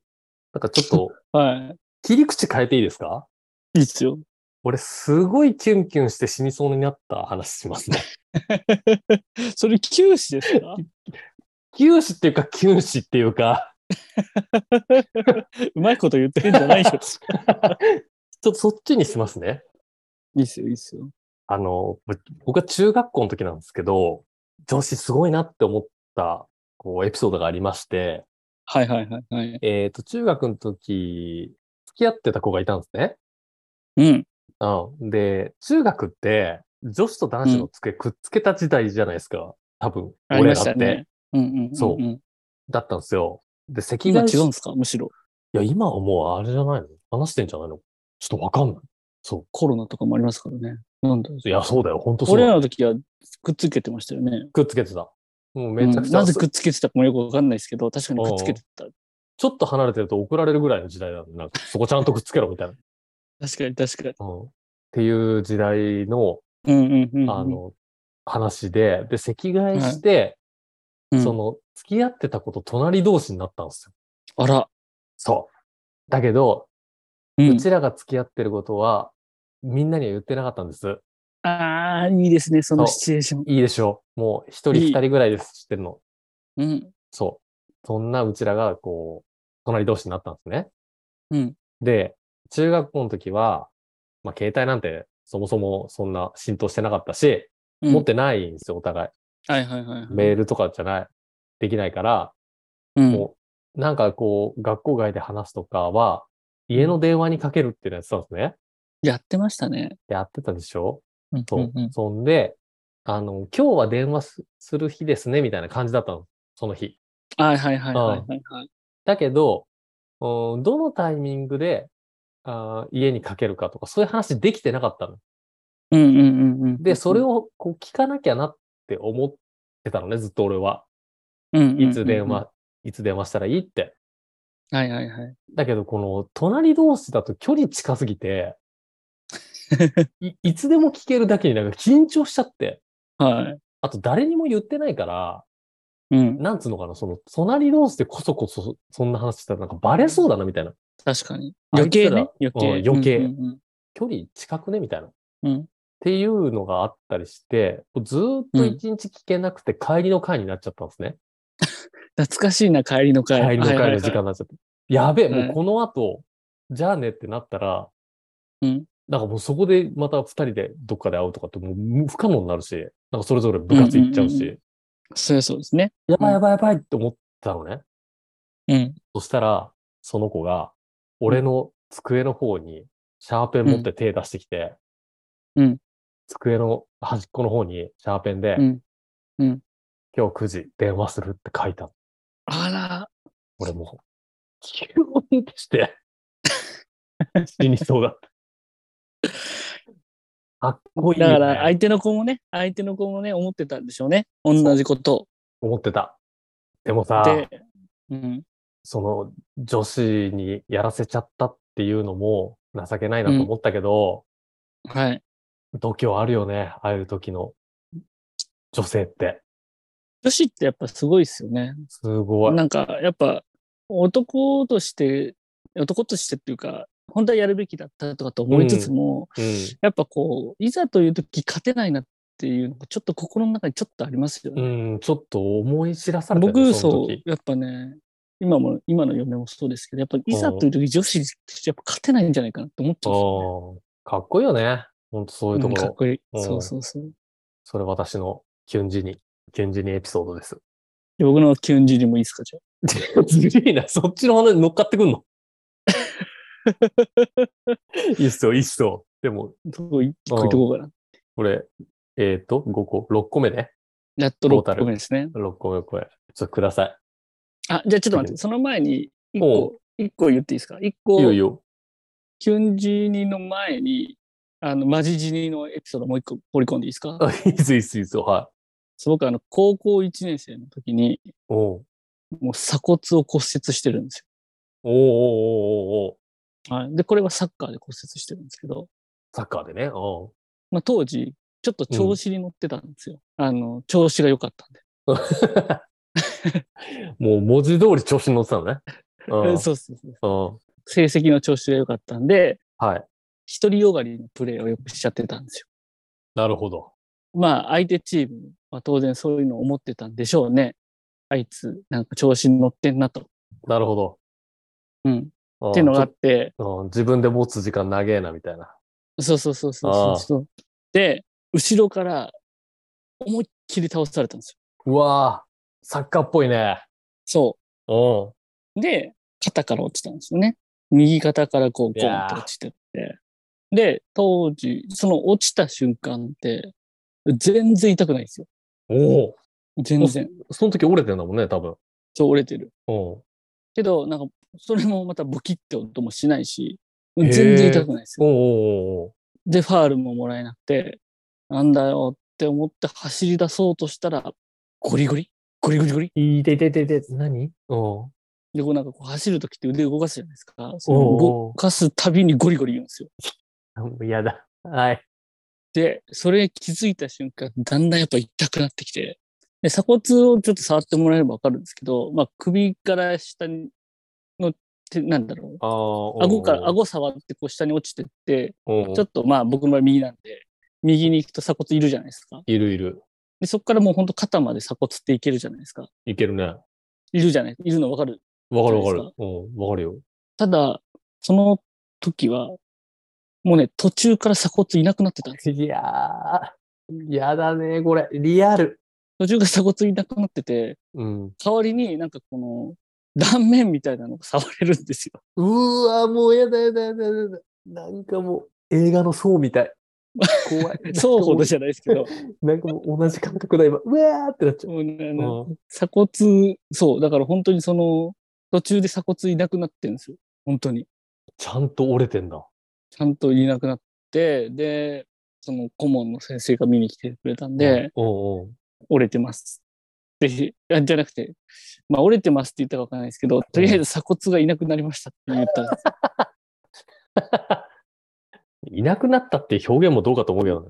S3: かちょっと
S2: は
S3: 切り口変えていいですか
S2: い。いいっすよ。
S3: 俺、すごいキュンキュンして死にそうになった話しますね。
S2: それ九死ですか
S3: キュン死っていうか、キュン死ってい うか、
S2: うまいこと言ってるんじゃないよ。
S3: ちょっとそっちにしますね。
S2: いいっすよ、いいっすよ。
S3: あの、ぼ僕は中学校の時なんですけど、女子すごいなって思った、こう、エピソードがありまして、
S2: はいはいはいはい。
S3: えっ、と、中学の時、付き合ってた子がいたんですね。
S2: うん。
S3: うん。で、中学って、女子と男子の机くっつけた時代じゃないですか。多分、
S2: あり
S3: 俺
S2: ま
S3: ら
S2: し
S3: って、
S2: たね。うんうんうんうん。
S3: そうだったんですよ。で、席
S2: 今
S3: 替えし
S2: 違うんですかむしろ。
S3: いや、今はもうあれじゃないの話してんじゃないのちょっとわかんない。そ
S2: コロナとかもありますからね。なんだ
S3: う。いや、そうだよ。ほんとそう
S2: 俺
S3: だ
S2: ら
S3: よ。
S2: の時はくっつけてましたよね。
S3: くっつけてた。もうめちゃくちゃ、
S2: うんなぜくっつけてたかもよくわかんないですけど、確かにくっつけてた。
S3: ちょっと離れてると怒られるぐらいの時代なの。なんか、そこちゃんとくっつけろみたいな。
S2: 確かに確かに。
S3: うん。っていう時代の、
S2: うんうんうんうん。
S3: あの、話で、で、席替えして、
S2: うん
S3: その、付き合ってた子と隣同士になったんですよ。
S2: あら。
S3: そう。だけど、
S2: う。
S3: うんちらが付き合ってることは、みんなには言ってなかったんです。
S2: ああ、いいですね、その
S3: そう
S2: シチュエーション。
S3: いいでしょう。もう、一人
S2: いい
S3: 二人ぐらいです、知ってるの。
S2: うん。
S3: そう。そんなうちらが、こう、隣同士になったんですね。
S2: うん。
S3: で、中学校の時は、まあ、携帯なんて、そもそもそんな浸透してなかったし、
S2: うん
S3: 持ってないんですよ、お互い。
S2: はいはいはいはい。
S3: メールとかじゃない、できないから、
S2: うん
S3: もう、なんかこう、学校外で話すとかは、家の電話にかけるっていうのやってたんですね。
S2: やってましたね。
S3: やってたでしょ
S2: うん
S3: そう。
S2: うんうん
S3: そんで、あの、今日は電話すする日ですね、みたいな感じだったの。その日。
S2: はいはいはいはいはいはい。
S3: だけど、うんどのタイミングであー家にかけるかとか、そういう話できてなかったの。
S2: うんうんうんうん。
S3: で、それをこう聞かなきゃなって思ってたのね、ずっと俺は。
S2: うんうんうんうん、
S3: いつ電話、いつ電話したらいいって。
S2: はいはいはい。
S3: だけど、この、隣同士だと距離近すぎて、いいつでも聞けるだけになんか緊張しちゃって、
S2: はい。
S3: あと誰にも言ってないから、
S2: うん。
S3: なんつうのかな、その、隣同士でこそこそそんな話してたらなんかバレそうだな、みたいな。
S2: 確かに。
S3: あい
S2: 余
S3: つ
S2: 計
S3: ら
S2: ね。余計。
S3: うん余計
S2: うんうん
S3: 距離近くね、みたいな。
S2: うん。うん
S3: っていうのがあったりして、ずーっと一日聞けなくて帰りの会になっちゃったんですね。
S2: 懐かしいな、帰りの会。
S3: 帰りの
S2: はい
S3: 会
S2: は
S3: の
S2: いは
S3: 時
S2: い
S3: 間になっちゃって。やべえ、
S2: はい
S3: もうこの後、じゃあねってなったら、
S2: うん
S3: なんかもうそこでまた二人でどっかで会うとかってもう不可能になるし、なんかそれぞれ部活行っちゃうし、
S2: うんうんうそりゃそうですね。
S3: やばいやばいやばいって思ったのね。
S2: うん。
S3: そしたら、その子が、俺の机の方に、シャーペン持って手出してきて、
S2: うん
S3: 机の端っこの方に、シャーペンで、
S2: うんうん
S3: 今日9時電話するって書いたの。
S2: あら。
S3: 俺もう、急にして、死にそうだった。かっこいい、ね。
S2: だから、相手の子もね、相手の子もね、思ってたんでしょうね。同じこと
S3: 思ってた。でも
S2: を。
S3: さ、
S2: で、うん。
S3: その女子にやらせちゃったっていうのも情けないなと思ったけど、
S2: はい。
S3: 度胸あるよね、ああいう時の女性って。
S2: 女子ってやっぱすごいですよね。
S3: すごい。
S2: なんか、やっぱ、男として、男としてっていうか、本当はやるべきだったとかと思いつつも、
S3: う
S2: やっぱこう、いざという時勝てないなっていうのがちょっと心の中にちょっとありますよね。
S3: ん。うん、ちょっと思い知らされたよね
S2: 僕、
S3: その
S2: そう
S3: 時、
S2: やっぱね、今も、今の嫁もそうですけど、やっぱいざという時女子、やっぱ勝てないんじゃないかなって思っちゃうんですよ、ね。
S3: ああ、かっこいいよね。ほんとそういうと
S2: うん
S3: ころ。
S2: かっこいい。
S3: うん
S2: そうそうそう。
S3: それ私のキュンジに、キュンジにエピソードです。
S2: で僕のキュンジにもいいですか、じゃあ
S3: ずるいな、そっちの話に乗っかってくんの。 いいっすよ、いいっすよ。でも、
S2: どこ一個いとこうかな。
S3: これ、えっ、と、5個、6個目ね。
S2: やっと
S3: トー
S2: 6
S3: タル
S2: 個目ですね。
S3: 6個目、これ。ちょっとくださ
S2: あ、じゃあちょっと待って、その前に1
S3: おう
S2: 個、一個言っていいですか一個
S3: い。い、よいよ。
S2: キュンジーニの前に、あの、マジジニのエピソードもう一個掘り込んでいいですか
S3: あいいっす、いいっす、いいっすよ、はい。
S2: そう僕あの、高校1年生の時に、
S3: おう
S2: もう鎖骨を骨折してるんです
S3: おうおうおうおうおう
S2: よ。はい。で、これはサッカーで骨折してるんですけど、
S3: サッカーでね。おう
S2: まあ当時、ちょっと調子に乗ってたんですよ。あの、調子が良かったんで。
S3: もう文字通り調子に乗ってたのね。う ん。
S2: そうそうそう。
S3: うん
S2: 成績の調子が良かったんで、
S3: はい。
S2: 一人よがりのプレーをよくしちゃってたんですよ。
S3: なるほど。
S2: まあ、相手チームは当然そういうのを思ってたんでしょうね。あいつ、なんか調子に乗ってんなと。
S3: なるほど。
S2: うん。
S3: うん
S2: っていうのがあって、
S3: うん自分で持つ時間長えな、みたいな。
S2: そうそうそうそうそうそう。で、後ろから思いっきり倒されたんですよ。
S3: うわぁ、サッカーっぽいね。
S2: そ
S3: うん。
S2: う。で、肩から落ちたんですよね。右肩からこう、
S3: い
S2: ゴ
S3: や
S2: ン
S3: ー
S2: と落ちてって。で、当時、その落ちた瞬間って、全然痛くないんですよ。
S3: おお。
S2: 全然。
S3: その時折れてんだもんね、多分。
S2: そう、折れてる。
S3: うん。
S2: けど、なんか、それもまたボキって音もしないし、全然痛くないですよ。
S3: おおお
S2: で、ファールももらえなくて、なんだよって思って走り出そうとしたら、ゴリゴリゴリゴリゴリ
S3: いてててて、何うん。
S2: で、こうなんかこう走るときって腕動かすじゃないですか。そ
S3: おうお
S2: の
S3: う
S2: 動かすたびにゴリゴリ言うんですよ。
S3: やだ。はい。
S2: で、それ気づいた瞬間、だんだんやっぱ痛くなってきて、で、鎖骨をちょっと触ってもらえればわかるんですけど、まあ首から下に、の、てなんだろう。
S3: ああ
S2: 顎から、顎触ってこう下に落ちてって、
S3: ち
S2: ちょっとまあ僕の場合右なんで、右に行くと鎖骨いるじゃないですか。
S3: いるいる。
S2: で、そこからもうほんと肩まで鎖骨っていけるじゃないですか。
S3: いけるね。わ
S2: いるじゃない、いるのわかる。
S3: かるわかる
S2: そうで。
S3: うん、わかるよ。
S2: ただ、その時は、もうね、途中から鎖骨いなくなってたんです。
S3: いやー、やだね、これ。リアル。
S2: 途中から鎖骨いなくなってて、
S3: うん。
S2: 代わりになんかこの、断面みたいなのが触れるんです よ。
S3: うーわ、もうやだやだやだやだ。なんかもう、映画の層みたい。怖い。
S2: 双方のじゃないですけど、
S3: なんかもう同じ感覚だ、今。うわーってなっちゃ
S2: もうねあ
S3: う。
S2: の
S3: うん
S2: 鎖骨、そう、だから本当にその、途中で鎖骨いなくなってるんですよ。本当に。
S3: ちゃんと折れてんだ。
S2: ちゃんといなくなって、で、その顧問の先生が見に来てくれたんで、
S3: おう
S2: 折れてます。で、あじゃなくて、まあ折れてますって言ったかわからないですけど、とりあえず鎖骨がいなくなりましたって言ったん です。
S3: おう。いなくなったっていう表現もどうかと思うけどね。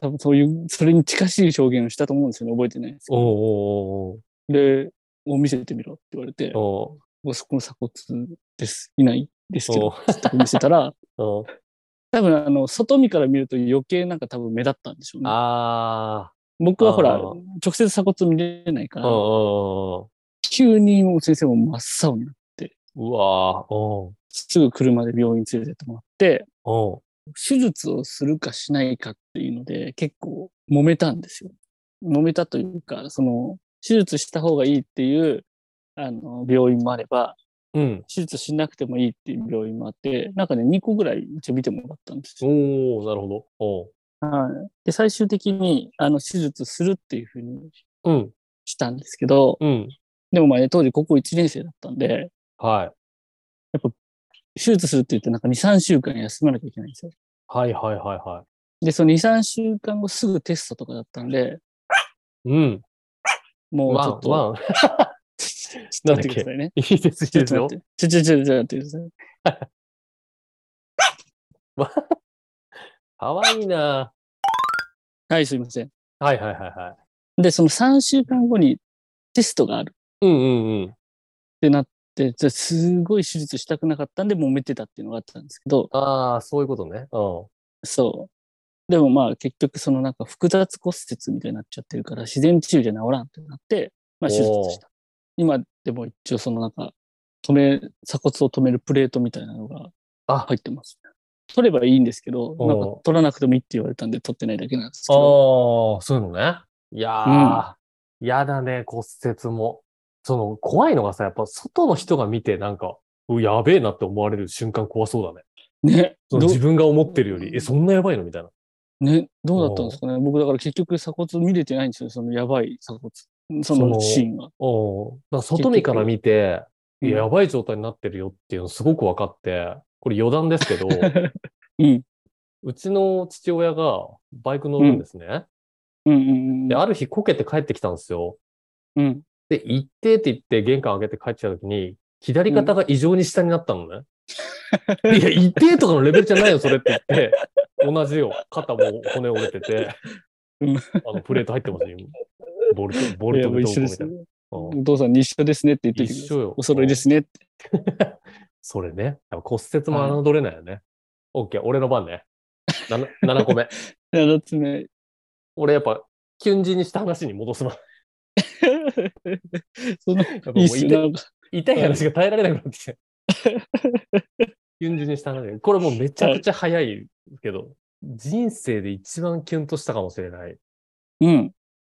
S2: 多分そういう、それに近しい証言をしたと思うんですよね。覚えてないですけど。
S3: おうおう
S2: で、もう見せてみろって言われて、
S3: おう
S2: もうそこの鎖骨です。いないですけ
S3: お
S2: ど、
S3: う
S2: って見せた ら、
S3: おう。
S2: 多分あの、外見から見ると余計なんか多分目立ったんでしょうね。
S3: あ
S2: 僕はほら、
S3: あー
S2: 直接鎖骨見れないか
S3: ー。
S2: ら、
S3: おうおうお
S2: 急にもう先生も真っ青になって、
S3: ううわー。おう
S2: すぐ車で病院連れてってもらって、
S3: おう
S2: 手術をするかしないかっていうので、結構揉めたんですよ。揉めたというか、その、手術した方がいいっていう、あの、病院もあれば、
S3: うん。
S2: 手術しなくてもいいっていう病院もあって、なんかね、2個ぐらい一応見てもらったんですよ。
S3: おおなるほど。おう
S2: はい。で、最終的に、あの、手術するっていうふうに
S3: うん。
S2: したんですけど、
S3: うん。
S2: でもまあね、当時高校1年生だったんで、
S3: はい。
S2: 手術するって言ってなんか2、3週間休まなきゃいけないんですよ。
S3: はいはいはいは
S2: で、その2、3週間後すぐテストとかだったんで、
S3: い。うん。
S2: もうち
S3: ワ
S2: ょっ
S3: ン、
S2: と、
S3: ワン。
S2: ちょっと待ってくださいね。
S3: いいです、いい
S2: ちょ
S3: で
S2: っと待
S3: すよ
S2: っ。て。ちょちょちょちょ待ってください。
S3: かわいいな。
S2: はい、すいません。
S3: はいはいはいはい。
S2: で、その3週間後にテストがあるっ
S3: うんうんうん。
S2: てなっで、じゃあすごい手術したくなかったんで揉めてたっていうのがあったんですけど、
S3: ああ、そういうことね。う
S2: そう。でもまあ結局そのなんか複雑骨折みたいになっちゃってるから自然治癒じゃ治らんってなって、まあ手術した。今でも一応そのなんか止め、鎖骨を止めるプレートみたいなのが
S3: あ
S2: 入ってます。取ればいいんですけど、
S3: お
S2: なんか取らなくてもいいって言われたんで取ってないだけなんですけ
S3: ん。
S2: ど、
S3: ああ、そういうのね。いやー、やだね、骨折も。その、怖いのがさ、やっぱ外の人が見て、なんか、うやべえなって思われる瞬間怖そうだね。
S2: ね、
S3: その
S2: ど
S3: 自分が思ってるより、え、そんなやばいのみたいな。
S2: ね、どうだったんですかね。僕だから結局鎖骨見れてないんですよ、そのやばい鎖骨、そ
S3: その
S2: のシーンが。
S3: おだから外見から見て、
S2: うん
S3: やばい状態になってるよっていうのすごく分かって、これ余談ですけど、
S2: うん、
S3: うちの父親がバイク乗るんですね。
S2: うん、うん、
S3: で、ある日こけて帰ってきたんですよ。
S2: うん、うん。
S3: で、行ってって言って玄関開けて帰ってきた時に、左肩が異常に下になったのね。いや、行ってとかのレベルじゃないよ、それって言って。同じよ。肩も骨折れてて
S2: うん、
S3: あのプレート入ってますよ。ボルト、ボル
S2: いや
S3: ト
S2: もう
S3: でどう
S2: 一緒で
S3: こうみた
S2: す
S3: い
S2: ね
S3: な。。うん
S2: お父さんに一緒ですねって言ってて
S3: 一緒よ。
S2: お揃いですねって。
S3: それね。やっぱ骨折も侮れないよね。オッケー、俺の番ね。7, 7個目。
S2: 7つ目。
S3: 俺やっぱ、キュンジにした話に戻すな。や
S2: その
S3: っぱも
S2: いういっ
S3: 痛
S2: す
S3: い
S2: ね。なんか
S3: 痛い話が耐えられなくなってきて。 キュンジにした話。これもうめちゃくちゃ早いけど、人生で一番キュンとしたかもしれない
S2: うん。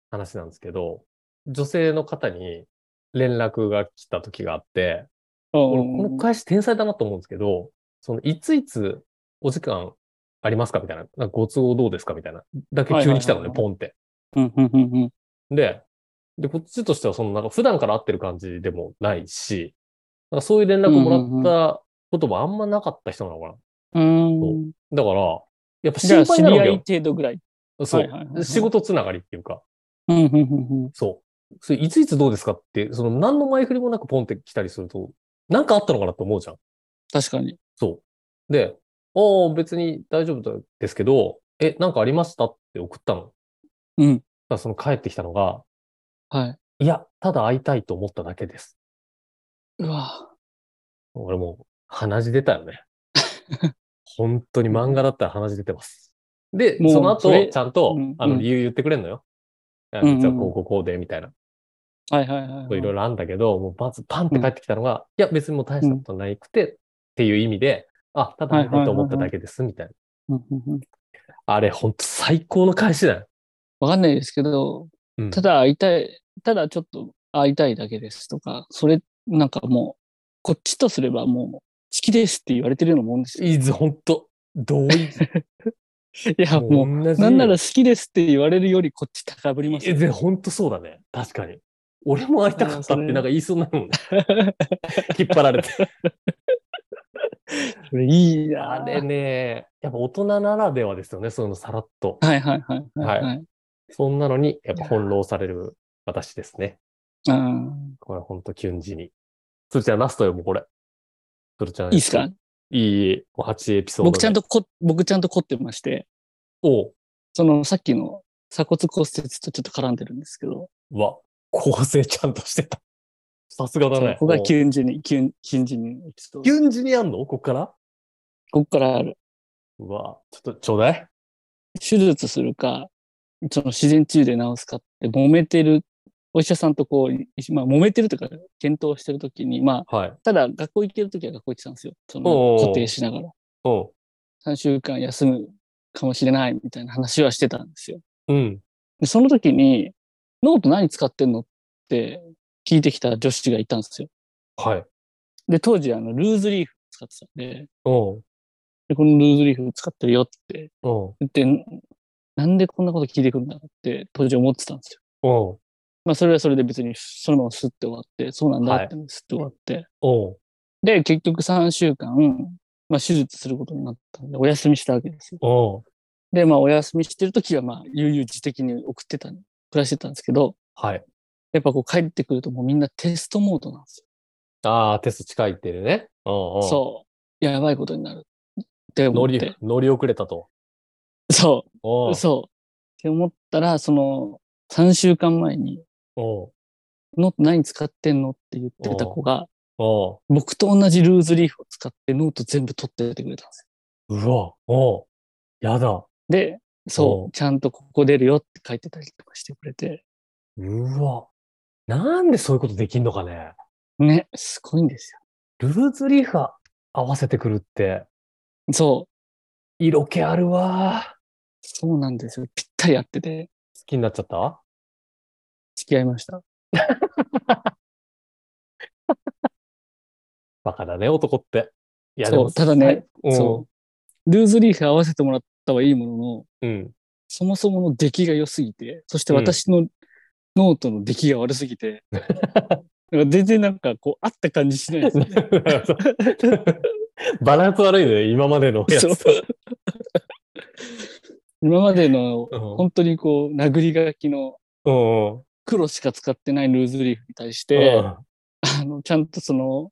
S3: 話なんですけど、女性の方に連絡が来た時があって、俺この返し天才だなと思うんですけど、その、いついつお時間ありますかみたいな。なんかご都合どうですかみたいな。だけ急に来たのね、
S2: はいはいはい
S3: ポンって。
S2: うんうんうんうん
S3: で、で、こっちとしては、その、なんか普段から会ってる感じでもないし、なんかそういう連絡もらったこともあんまなかった人なのか
S2: う
S3: な。
S2: ん。うん。
S3: だから、やっぱ
S2: じゃ
S3: 心
S2: あ、知
S3: 配な
S2: り
S3: の
S2: 合い
S3: よ。
S2: 程度ぐらい。
S3: そ
S2: はいはいは
S3: う。
S2: い
S3: 仕事つながりっていうか、
S2: うんうんうんうん。
S3: そう。それいついつどうですかって、その何の前振りもなくポンって来たりすると、なんかあったのかなと思うじゃん。
S2: 確かに。
S3: そう。で、ああ、別に大丈夫ですけど、え、なんかありましたって送ったの。
S2: うん。
S3: だからその帰ってきたのが、
S2: はい。
S3: いや、ただ会いたいと思っただけです。
S2: うわ
S3: 俺もう鼻血出た よね。本当に漫画だったら鼻血出てます。で、
S2: もう
S3: その後
S2: そ、れ
S3: ちゃんと、
S2: うん
S3: あの、
S2: うん
S3: 理由言ってくれんのよ。いや
S2: うんうん
S3: 実はこうこうこうで、みたいな。
S2: はいはいはいはい。
S3: いろいろあんだけど、もうまずパンって帰ってきたのが、いや、別にもう大したことないくて、っていう意味で、あ、ただ会いたいと思っただけです、みたいな。
S2: うんうんうん。
S3: あれ、ほんと最高の返しだよ。
S2: わかんないですけど、
S3: うん
S2: ただ会いたい、ただちょっと会いたいだけですとか、それ、なんかもう、こっちとすればもう、好きですって言われてるようなもんですよ。
S3: いず、ほんと、同
S2: い
S3: 意。
S2: や、もう、
S3: 同じ
S2: なんなら好きですって言われるよりこっち高ぶります
S3: え、
S2: よ。
S3: で、ほんとそうだね。確かに。俺も会いたかったって
S2: うんそれ
S3: なんか言いそうになるもんね。引っ張られて。
S2: それいいな
S3: あれね、やっぱ大人ならではですよね、そういうのさらっと。
S2: はいはいはいはい、
S3: は
S2: はい。
S3: そんなのに、やっぱ翻弄される私ですね。
S2: うん
S3: これほんとキュンジに。つるちゃん、ラストよ、もうこれ。つるちゃん。
S2: いいっすか
S3: いい、もう8エピソード目。
S2: 僕ちゃんとこ、僕ちゃんと凝ってまして、
S3: おう。
S2: そのさっきの鎖骨骨折とちょっと絡んでるんですけど、
S3: うわ、構成ちゃんとしてた。さすがだね。
S2: ここが
S3: おう
S2: キュンジに、キュン、キュンジにエピソード
S3: キュンジにあんのこっから
S2: ここからある。
S3: うわ、ちょっとちょうだい。
S2: 手術するか、その自然治癒で治すかって揉めてる、お医者さんとこう、まあ揉めてるとか、検討してるときに、まあ、
S3: はい。
S2: ただ学校行けるときは学校行ってたんですよ。そ
S3: お
S2: の
S3: う
S2: 固定しながら。
S3: うん。
S2: 3週間休むかもしれないみたいな話はしてたんですよ。
S3: うん。
S2: で、その時に、ノート何使ってんのって聞いてきた女子がいたんですよ。
S3: はい。
S2: で、当時、あの、ルーズリーフ使ってたんで、
S3: うん。
S2: でこのルーズリーフ使ってるよって
S3: うん。
S2: 言って、んなんでこんなこと聞いてくるんだろうって当時思ってたんですよ。
S3: うん。
S2: まあ、それはそれで別に、そのままスッて終わって、そうなんだって、スッて終わって。
S3: うん。
S2: で、結局3週間、まあ、手術することになったんで、お休みしたわけですよ。
S3: うん。
S2: で、まあ、お休みしてる時は、まあ、悠々自適に送ってた、暮らしてたんですけど、
S3: はい。
S2: やっぱこう帰ってくるともうみんなテストモードなんですよ
S3: ああ、テスト近いってるね。うんうん。
S2: そう。やばいことになる。って思
S3: 乗
S2: っ
S3: り
S2: て。、
S3: 乗り遅れたと。
S2: そ
S3: お
S2: う。そう。って思ったら、その、3週間前に、
S3: お
S2: ノート何使ってんのって言ってた子が、
S3: おう
S2: 僕と同じルーズリーフを使ってノート全部取っててくれたんです
S3: うわ、おうやだ。
S2: よ。で、
S3: お
S2: そうう、ちゃんとここ出るよって書いてたりとかしてくれて、
S3: うわ。なんでそういうことできんのかね。
S2: ね、すごいんです
S3: ルーズリーファ合わせてくるって、
S2: よ。そう、
S3: 色気あるわ。
S2: そうなんですよ。ぴったり合ってて、
S3: 好きになっちゃった
S2: 付き合いました。
S3: バカだね、男って。いや、
S2: そう
S3: でも
S2: ただね
S3: はいうん、
S2: そう。ルーズリーフ合わせてもらったはいいものの、
S3: うん。
S2: そもそもの出来が良すぎて、そして
S3: うん
S2: 私のノートの出来が悪すぎ て、なんか全然なんかこう、合った感じしないですね。
S3: バランス悪いね、今まで のやつと。
S2: 今までの
S3: うん
S2: 本当にこう、殴り書きの
S3: うんうん
S2: 黒しか使ってないルーズリーフに対し
S3: う
S2: て、
S3: ん
S2: あの、ちゃんとその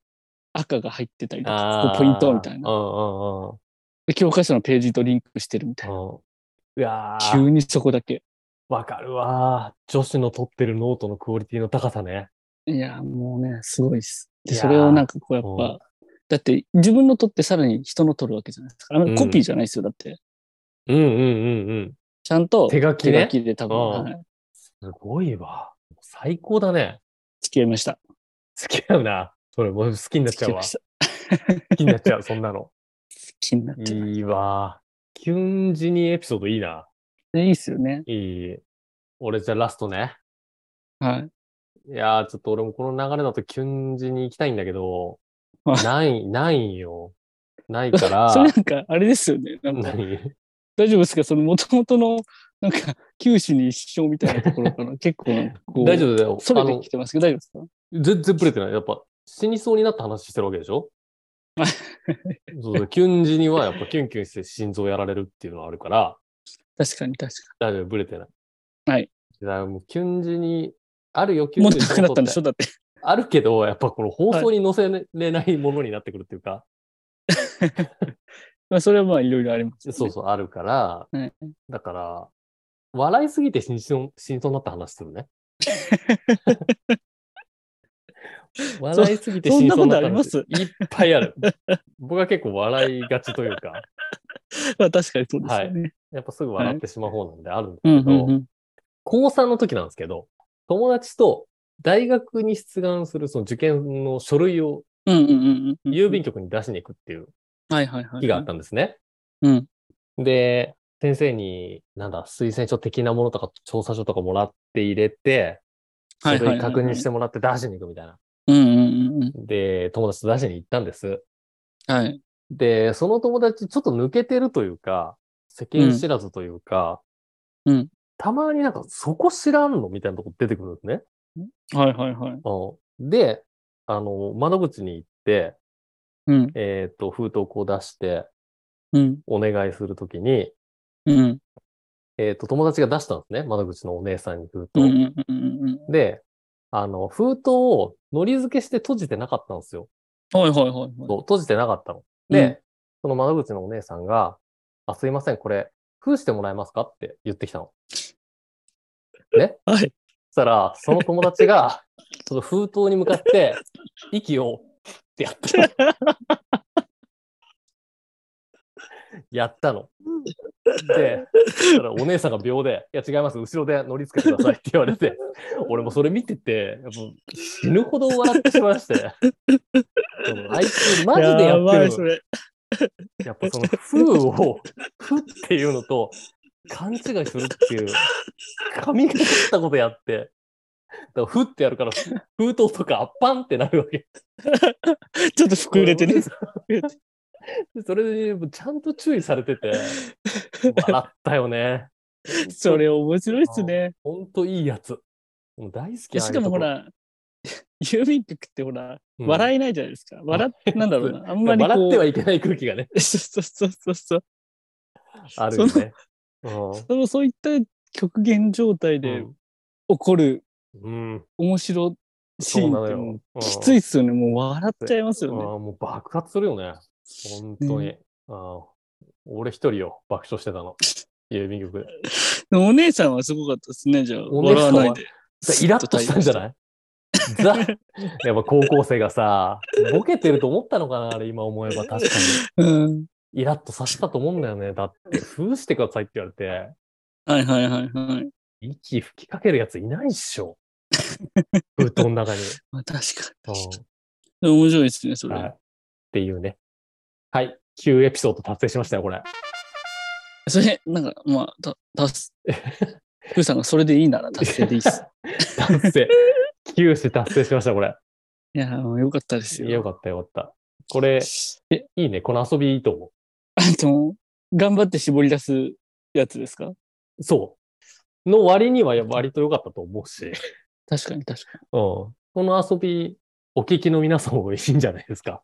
S2: 赤が入ってたりと
S3: あ
S2: か
S3: ー、
S2: こうポイントみたいな。
S3: うんうんうん
S2: で教科書のページとリンクしてるみたいな。
S3: うん。いやー
S2: 急にそこだけ。
S3: わかるわー。女子の取ってるノートのクオリティの高さね。
S2: いや、もうね、すごいっす。で、
S3: いやー
S2: それをなんかこうやっ
S3: うん
S2: ぱ、だって自分の取ってさらに人の取るわけじゃないですか。あ
S3: うん
S2: のコピーじゃないですよ、だって。
S3: うんうんうんうん。
S2: ちゃんと
S3: 手書きね
S2: 手で多分、
S3: うん
S2: はい
S3: すごいわ。最高だね。
S2: 付き合いました。
S3: 付き合うな。それもう好きになっち
S2: 付き合い
S3: ゃうわ。
S2: ま
S3: 好
S2: した。
S3: きになっちゃう、そんな の。
S2: 気になっちゃう。
S3: いいわ。キュンジニエピソードいいな。
S2: でいいっすよね。
S3: いい。俺じゃあラストね。
S2: はい。
S3: いやー、ちょっと俺もこの流れだとキュンジに行きたいんだけど、
S2: はい
S3: ない、ないよ。ないから
S2: そ、れなんか、あれですよね。なんか、
S3: 何
S2: 大丈夫ですかその元々の、なんか、九死に一生みたいなところ から、結構なんかこう、
S3: 大丈夫だよ。
S2: そ
S3: あ
S2: れで
S3: の
S2: 来てますけど、大丈夫ですか
S3: 全然ブレてない。やっぱ、死にそうになった話してるわけ でしょそうそう、キュン時にはやっぱキュンキュンして心臓やられるっていうのはあるから、
S2: 確かに確か
S3: 大丈夫、ブレてない。
S2: はい。
S3: だからもうキュン時に、あるよ、キ
S2: に。
S3: ュ
S2: もっ
S3: ン時
S2: となくなったんでしょだって。
S3: あるけど、やっぱこの放送に載せれないものになってくるっていうか、
S2: まあ、それはまあ、いろいろあります、ね。
S3: そうそう、あるから、
S2: はい
S3: だから、笑いすぎて死にそう死にそうになった話す るね。笑いすぎて死にそうになった話
S2: そんなこと
S3: いっぱいある。僕は結構笑いがちというか、
S2: まあ、確かにそうですよね。
S3: やっぱすぐ笑ってしまう方なんであるん
S2: う
S3: ですけ
S2: んう
S3: ど、
S2: んうん。
S3: 高3の時なんですけど、友達と大学に出願するその受験の書類を
S2: うんうんうんうん。
S3: 郵便局に出しに行くっていう
S2: はいはいはい。
S3: 日があったんですね。
S2: うん。
S3: で、先生に、なんだ、推薦書的なものとか調査書とかもらって入れて、書
S2: はいはいはいは
S3: 類
S2: い
S3: 確認してもらって出しに行くみたいな。
S2: うんうんうんうん。
S3: で、友達と出しに行ったんです。
S2: はい。
S3: で、その友達ちょっと抜けてるというか、世間知らずというか、
S2: うん
S3: たまになんかそこ知らんのみたいなとこ出てくるんですね。
S2: はいはいはい。
S3: うんで、あの、窓口に行って、
S2: うん
S3: えっ、と、封筒をこう出して、
S2: うん
S3: お願いするときに、
S2: うん。
S3: えっ、と、友達が出したんですね。窓口のお姉さんに封筒
S2: う
S3: を。
S2: んうんうんうんうん。
S3: で、あの、封筒をのり付けして閉じてなかったんですよ。
S2: はいはいはいはい。
S3: そう閉じてなかったの。で、その窓口のお姉さんが、あ、すいません、これ、封してもらえますかって言って きたの。
S2: はい。
S3: そしたら、その友達 が、その封筒に向かって、息を、ってやったの。 やったの。で、そしたらお姉さんが秒で、いや違います、後ろで乗り付けてくださいって言われ て、俺もそれ見てて、やっぱ死ぬほど笑ってしまいまして。そのあいつ、マジで
S2: や
S3: やって
S2: ば
S3: る
S2: い
S3: の
S2: それ。
S3: やっぱその風を、風っていうのと勘違いするっていう、髪がかったことやって、だから風ってやるから、ふ封筒とかあっぱんってなるわけ。
S2: ちょっと膨れて ね。
S3: でそれで、ちゃんと注意されてて、笑ったよね。
S2: それ面白いっすね。
S3: ほんといいやつ。もう大好き
S2: しかもほ、ら、郵便局ってほら、笑
S3: い、
S2: えないじゃないですか。 笑っ、なんだろうな。あん
S3: ま
S2: ま
S3: あ
S2: りこう。
S3: 笑ってはいけない空気 がね、
S2: そうそうそうそう。
S3: あるよね。うん
S2: そのそういった極限状態で起こる
S3: うん、
S2: 面白シーンってもうきつ
S3: い
S2: いっすよね。もう笑っちゃいます
S3: あ
S2: よね。
S3: ーもう爆発するよね。本当に。
S2: ね
S3: あー俺一人よ、爆笑してた の。郵便局で。
S2: でもお姉さんはすごかったですね、じゃあ。
S3: お姉
S2: 笑
S3: さんは
S2: わないで。
S3: イラッとしたんじゃないいザ、 やっぱ高校生がさ、ボケてると思ったのかなあれ今思えば確かに。
S2: うん。
S3: イラッとさせたと思うんだよね。だって、封してくださいって言われて、
S2: はいはいはいはい。
S3: 息吹きかけるやついないっしょ。封筒の中に。
S2: まあ確か
S3: う
S2: に
S3: ん
S2: 確かに。面白いですね、それ。
S3: はい。っていうね。はい。9エピソード達成しましたよ、これ。
S2: それ、なんか、まあ、た、た す、ふうさんがそれでいいなら達成でいいっす。
S3: 達成。9種達成しました、これ。
S2: いや、もうよかったですよ。
S3: よかった、よかった。これ、
S2: え、
S3: いいね。この遊びいいと思
S2: あの、頑張って絞り出すやつですか
S3: う。そう。の割には割と良かったと思うし。うん。
S2: 確かに確か
S3: この遊び、お聞きの皆さんもいいんじゃないですか。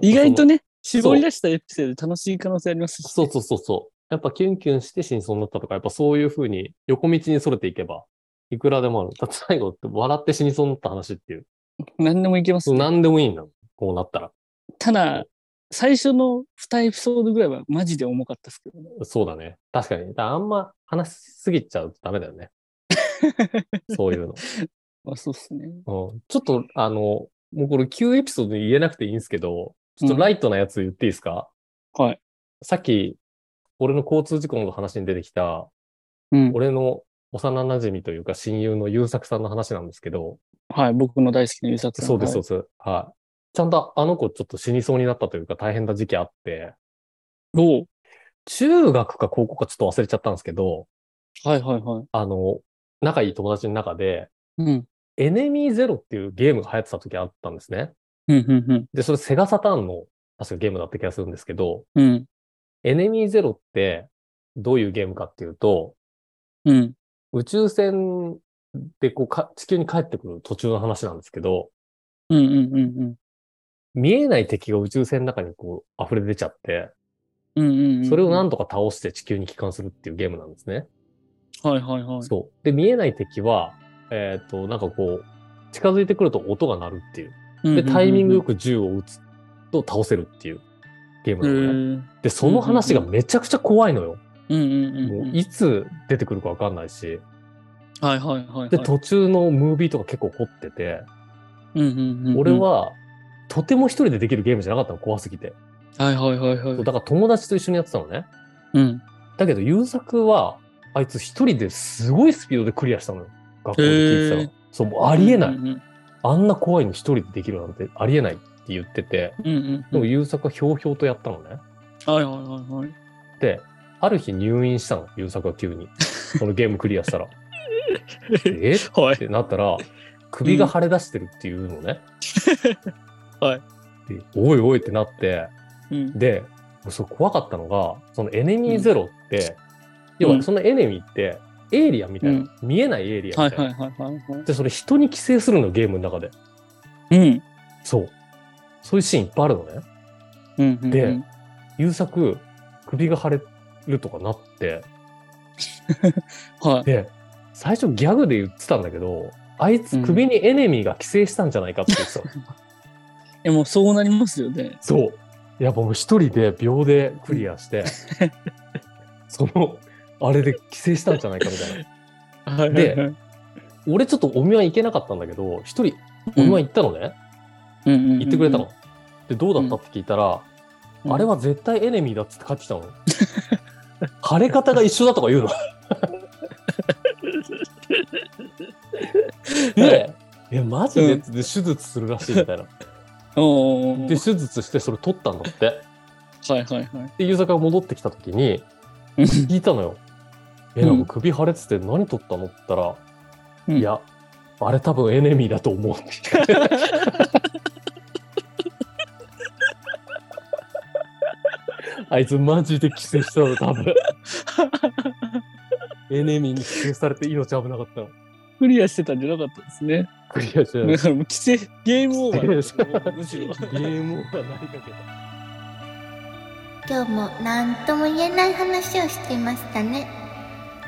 S2: に。意外とね、
S3: う
S2: 絞り出したエピソード楽しい可能性ありますし。
S3: そうそうそうそう。やっぱキュンキュンして真相になったとか、やっぱそういうふうに横道に逸れていけば、いくらでもある。だって最後って笑って死にそうになった話っていう。
S2: 何でもいけます
S3: そう
S2: ね、
S3: 何でもいいんだもん。こうなったら。
S2: ただ、最初の2エピソードぐらいはマジで重かったですけ どね。
S3: そうだね。確かに。だからあんま話しすぎちゃうとダメだよね。そういうの。うん
S2: まあ、そうっすね。
S3: ちょっと、あの、もうこれ9エピソードに言えなくていいんですけど、ちょっとライトなやつ言っていいですか、
S2: はい。
S3: さっき、俺の交通事故の話に出てきた、
S2: うん。
S3: 俺の幼馴染というか親友の優作さんの話なんですけど、
S2: はい。僕の大好きな優作さん。
S3: そうです、そ
S2: は
S3: う
S2: い
S3: です。はい。ちゃんとあの子ちょっと死にそうになったというか大変な時期あって、
S2: おう
S3: 中学か高校かちょっと忘れちゃったんですけど、
S2: はいはいはい。
S3: あの、仲いい友達の中で、
S2: うん。
S3: エネミーゼロっていうゲームが流行ってた時あったんですね。
S2: うん、うん、
S3: で、それセガサターンの確かゲームだった気がするんですけど、
S2: うん。うん。
S3: エネミーゼロってどういうゲームかっていうと、
S2: うん。
S3: 宇宙船でこうか地球に帰ってくる途中の話なんですけど、
S2: うん、うん、うん、うん。
S3: 見えない敵が宇宙船の中にこう溢れ出ちゃって、
S2: うんうんうん、
S3: それを何とか倒して地球に帰還するっていうゲームなんですね。
S2: はいはいはい。
S3: そう。で、見えない敵は、えっ、と、なんかこう、近づいてくると音が鳴るっていう。
S2: うんうん
S3: で、
S2: うんうん
S3: タイミングよく銃を撃つと倒せるっていうゲーム
S2: へ
S3: なのね。
S2: ー
S3: で、その話がめちゃくちゃ怖いのよ。
S2: うんうんうん
S3: も
S2: う。
S3: うんいつ出てくるかわかんないし。
S2: はいはいはいはい。
S3: で、途中のムービーとか結構凝ってて、
S2: うんうんうん
S3: 俺、は、とても一人でできるゲームじゃなかったの、怖すぎて。
S2: はいはいはいはい
S3: そう。だから友達と一緒にやってたのね。
S2: うん。
S3: だけど、優作は、あいつ一人ですごいスピードでクリアしたのよ。学校で聞いてた
S2: へー
S3: ら。そう、もうありえな
S2: う
S3: い。
S2: んうん
S3: あんな怖いの一人でできるなんてありえないって言ってて、
S2: うんう
S3: で
S2: ん。
S3: も優作はひょうひょうとやったのね。
S2: はいはいはいはい。
S3: で、ある日入院したの、優作が急に。そのゲームクリ アしたら。えっ
S2: はい
S3: っ。てなったら、首が腫れ出してるっていうのね。
S2: はい
S3: で。おいおいってなって、
S2: うん。
S3: で、そう怖かったのが、そのエネミーゼロって、
S2: うん
S3: 要
S2: う
S3: は
S2: ん
S3: そのエネミーって、エイリアンみたいな、
S2: うん
S3: 見えないエイリア
S2: は
S3: ンみ
S2: い
S3: たいな。
S2: はいはいはいは
S3: で、それ人に寄生するの、ゲームの中で。
S2: い。うん。
S3: そう。そういうシーンいっぱいあるのね。
S2: うんうん。
S3: で、優作、首が腫れるとかなって、
S2: はい。
S3: で、最初ギャグで言ってたんだけど、あいつ首にエネミーが寄生したんじゃないかって言ってたの。
S2: え、もうそうなりますよね。
S3: そう。いや、僕一人で秒でクリア して、その、あれで寄生したんじゃないかみたいな。
S2: はい
S3: で
S2: はいはい
S3: 俺ちょっとお見舞い行けなかったんだけど、一人お見舞い行ったのね。
S2: うんうんうんうん
S3: 行ってくれたの。。で、どうだったって聞いたら、
S2: うん
S3: あれは絶対エネミーだっつって帰ってきたの。 腫れ方が一緒だとか言う の。で、え、マジで、
S2: うん
S3: で手術するらしいみたいな。
S2: おー
S3: で、手術してそれ取ったんだって。
S2: はいはいはい。
S3: で、優作が戻ってきた時に、聞いたのよ。え、
S2: うん
S3: なんか首腫れてて何取ったのって言ったら、
S2: うん
S3: いや、あれ多分エネミーだと思うって 言って。あいつマジで寄生したの多分。エネミーに寄生されて命危なかったの。
S2: クリアしてたんじゃなかったですね。
S3: クリアしてない
S2: だ。からもう規制、ゲームオーバー です
S3: 規制。
S2: むし
S3: ゲ
S2: ろ。
S3: ームはなりかけた。
S1: 今日も何とも言えない話をしていましたね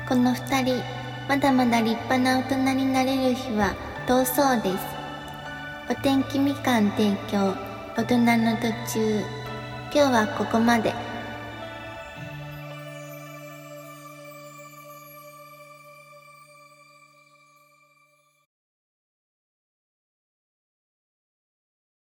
S1: この2人まだまだ立派な大人になれる日は遠そうですお天気みかん提供大人の途中今日はここまで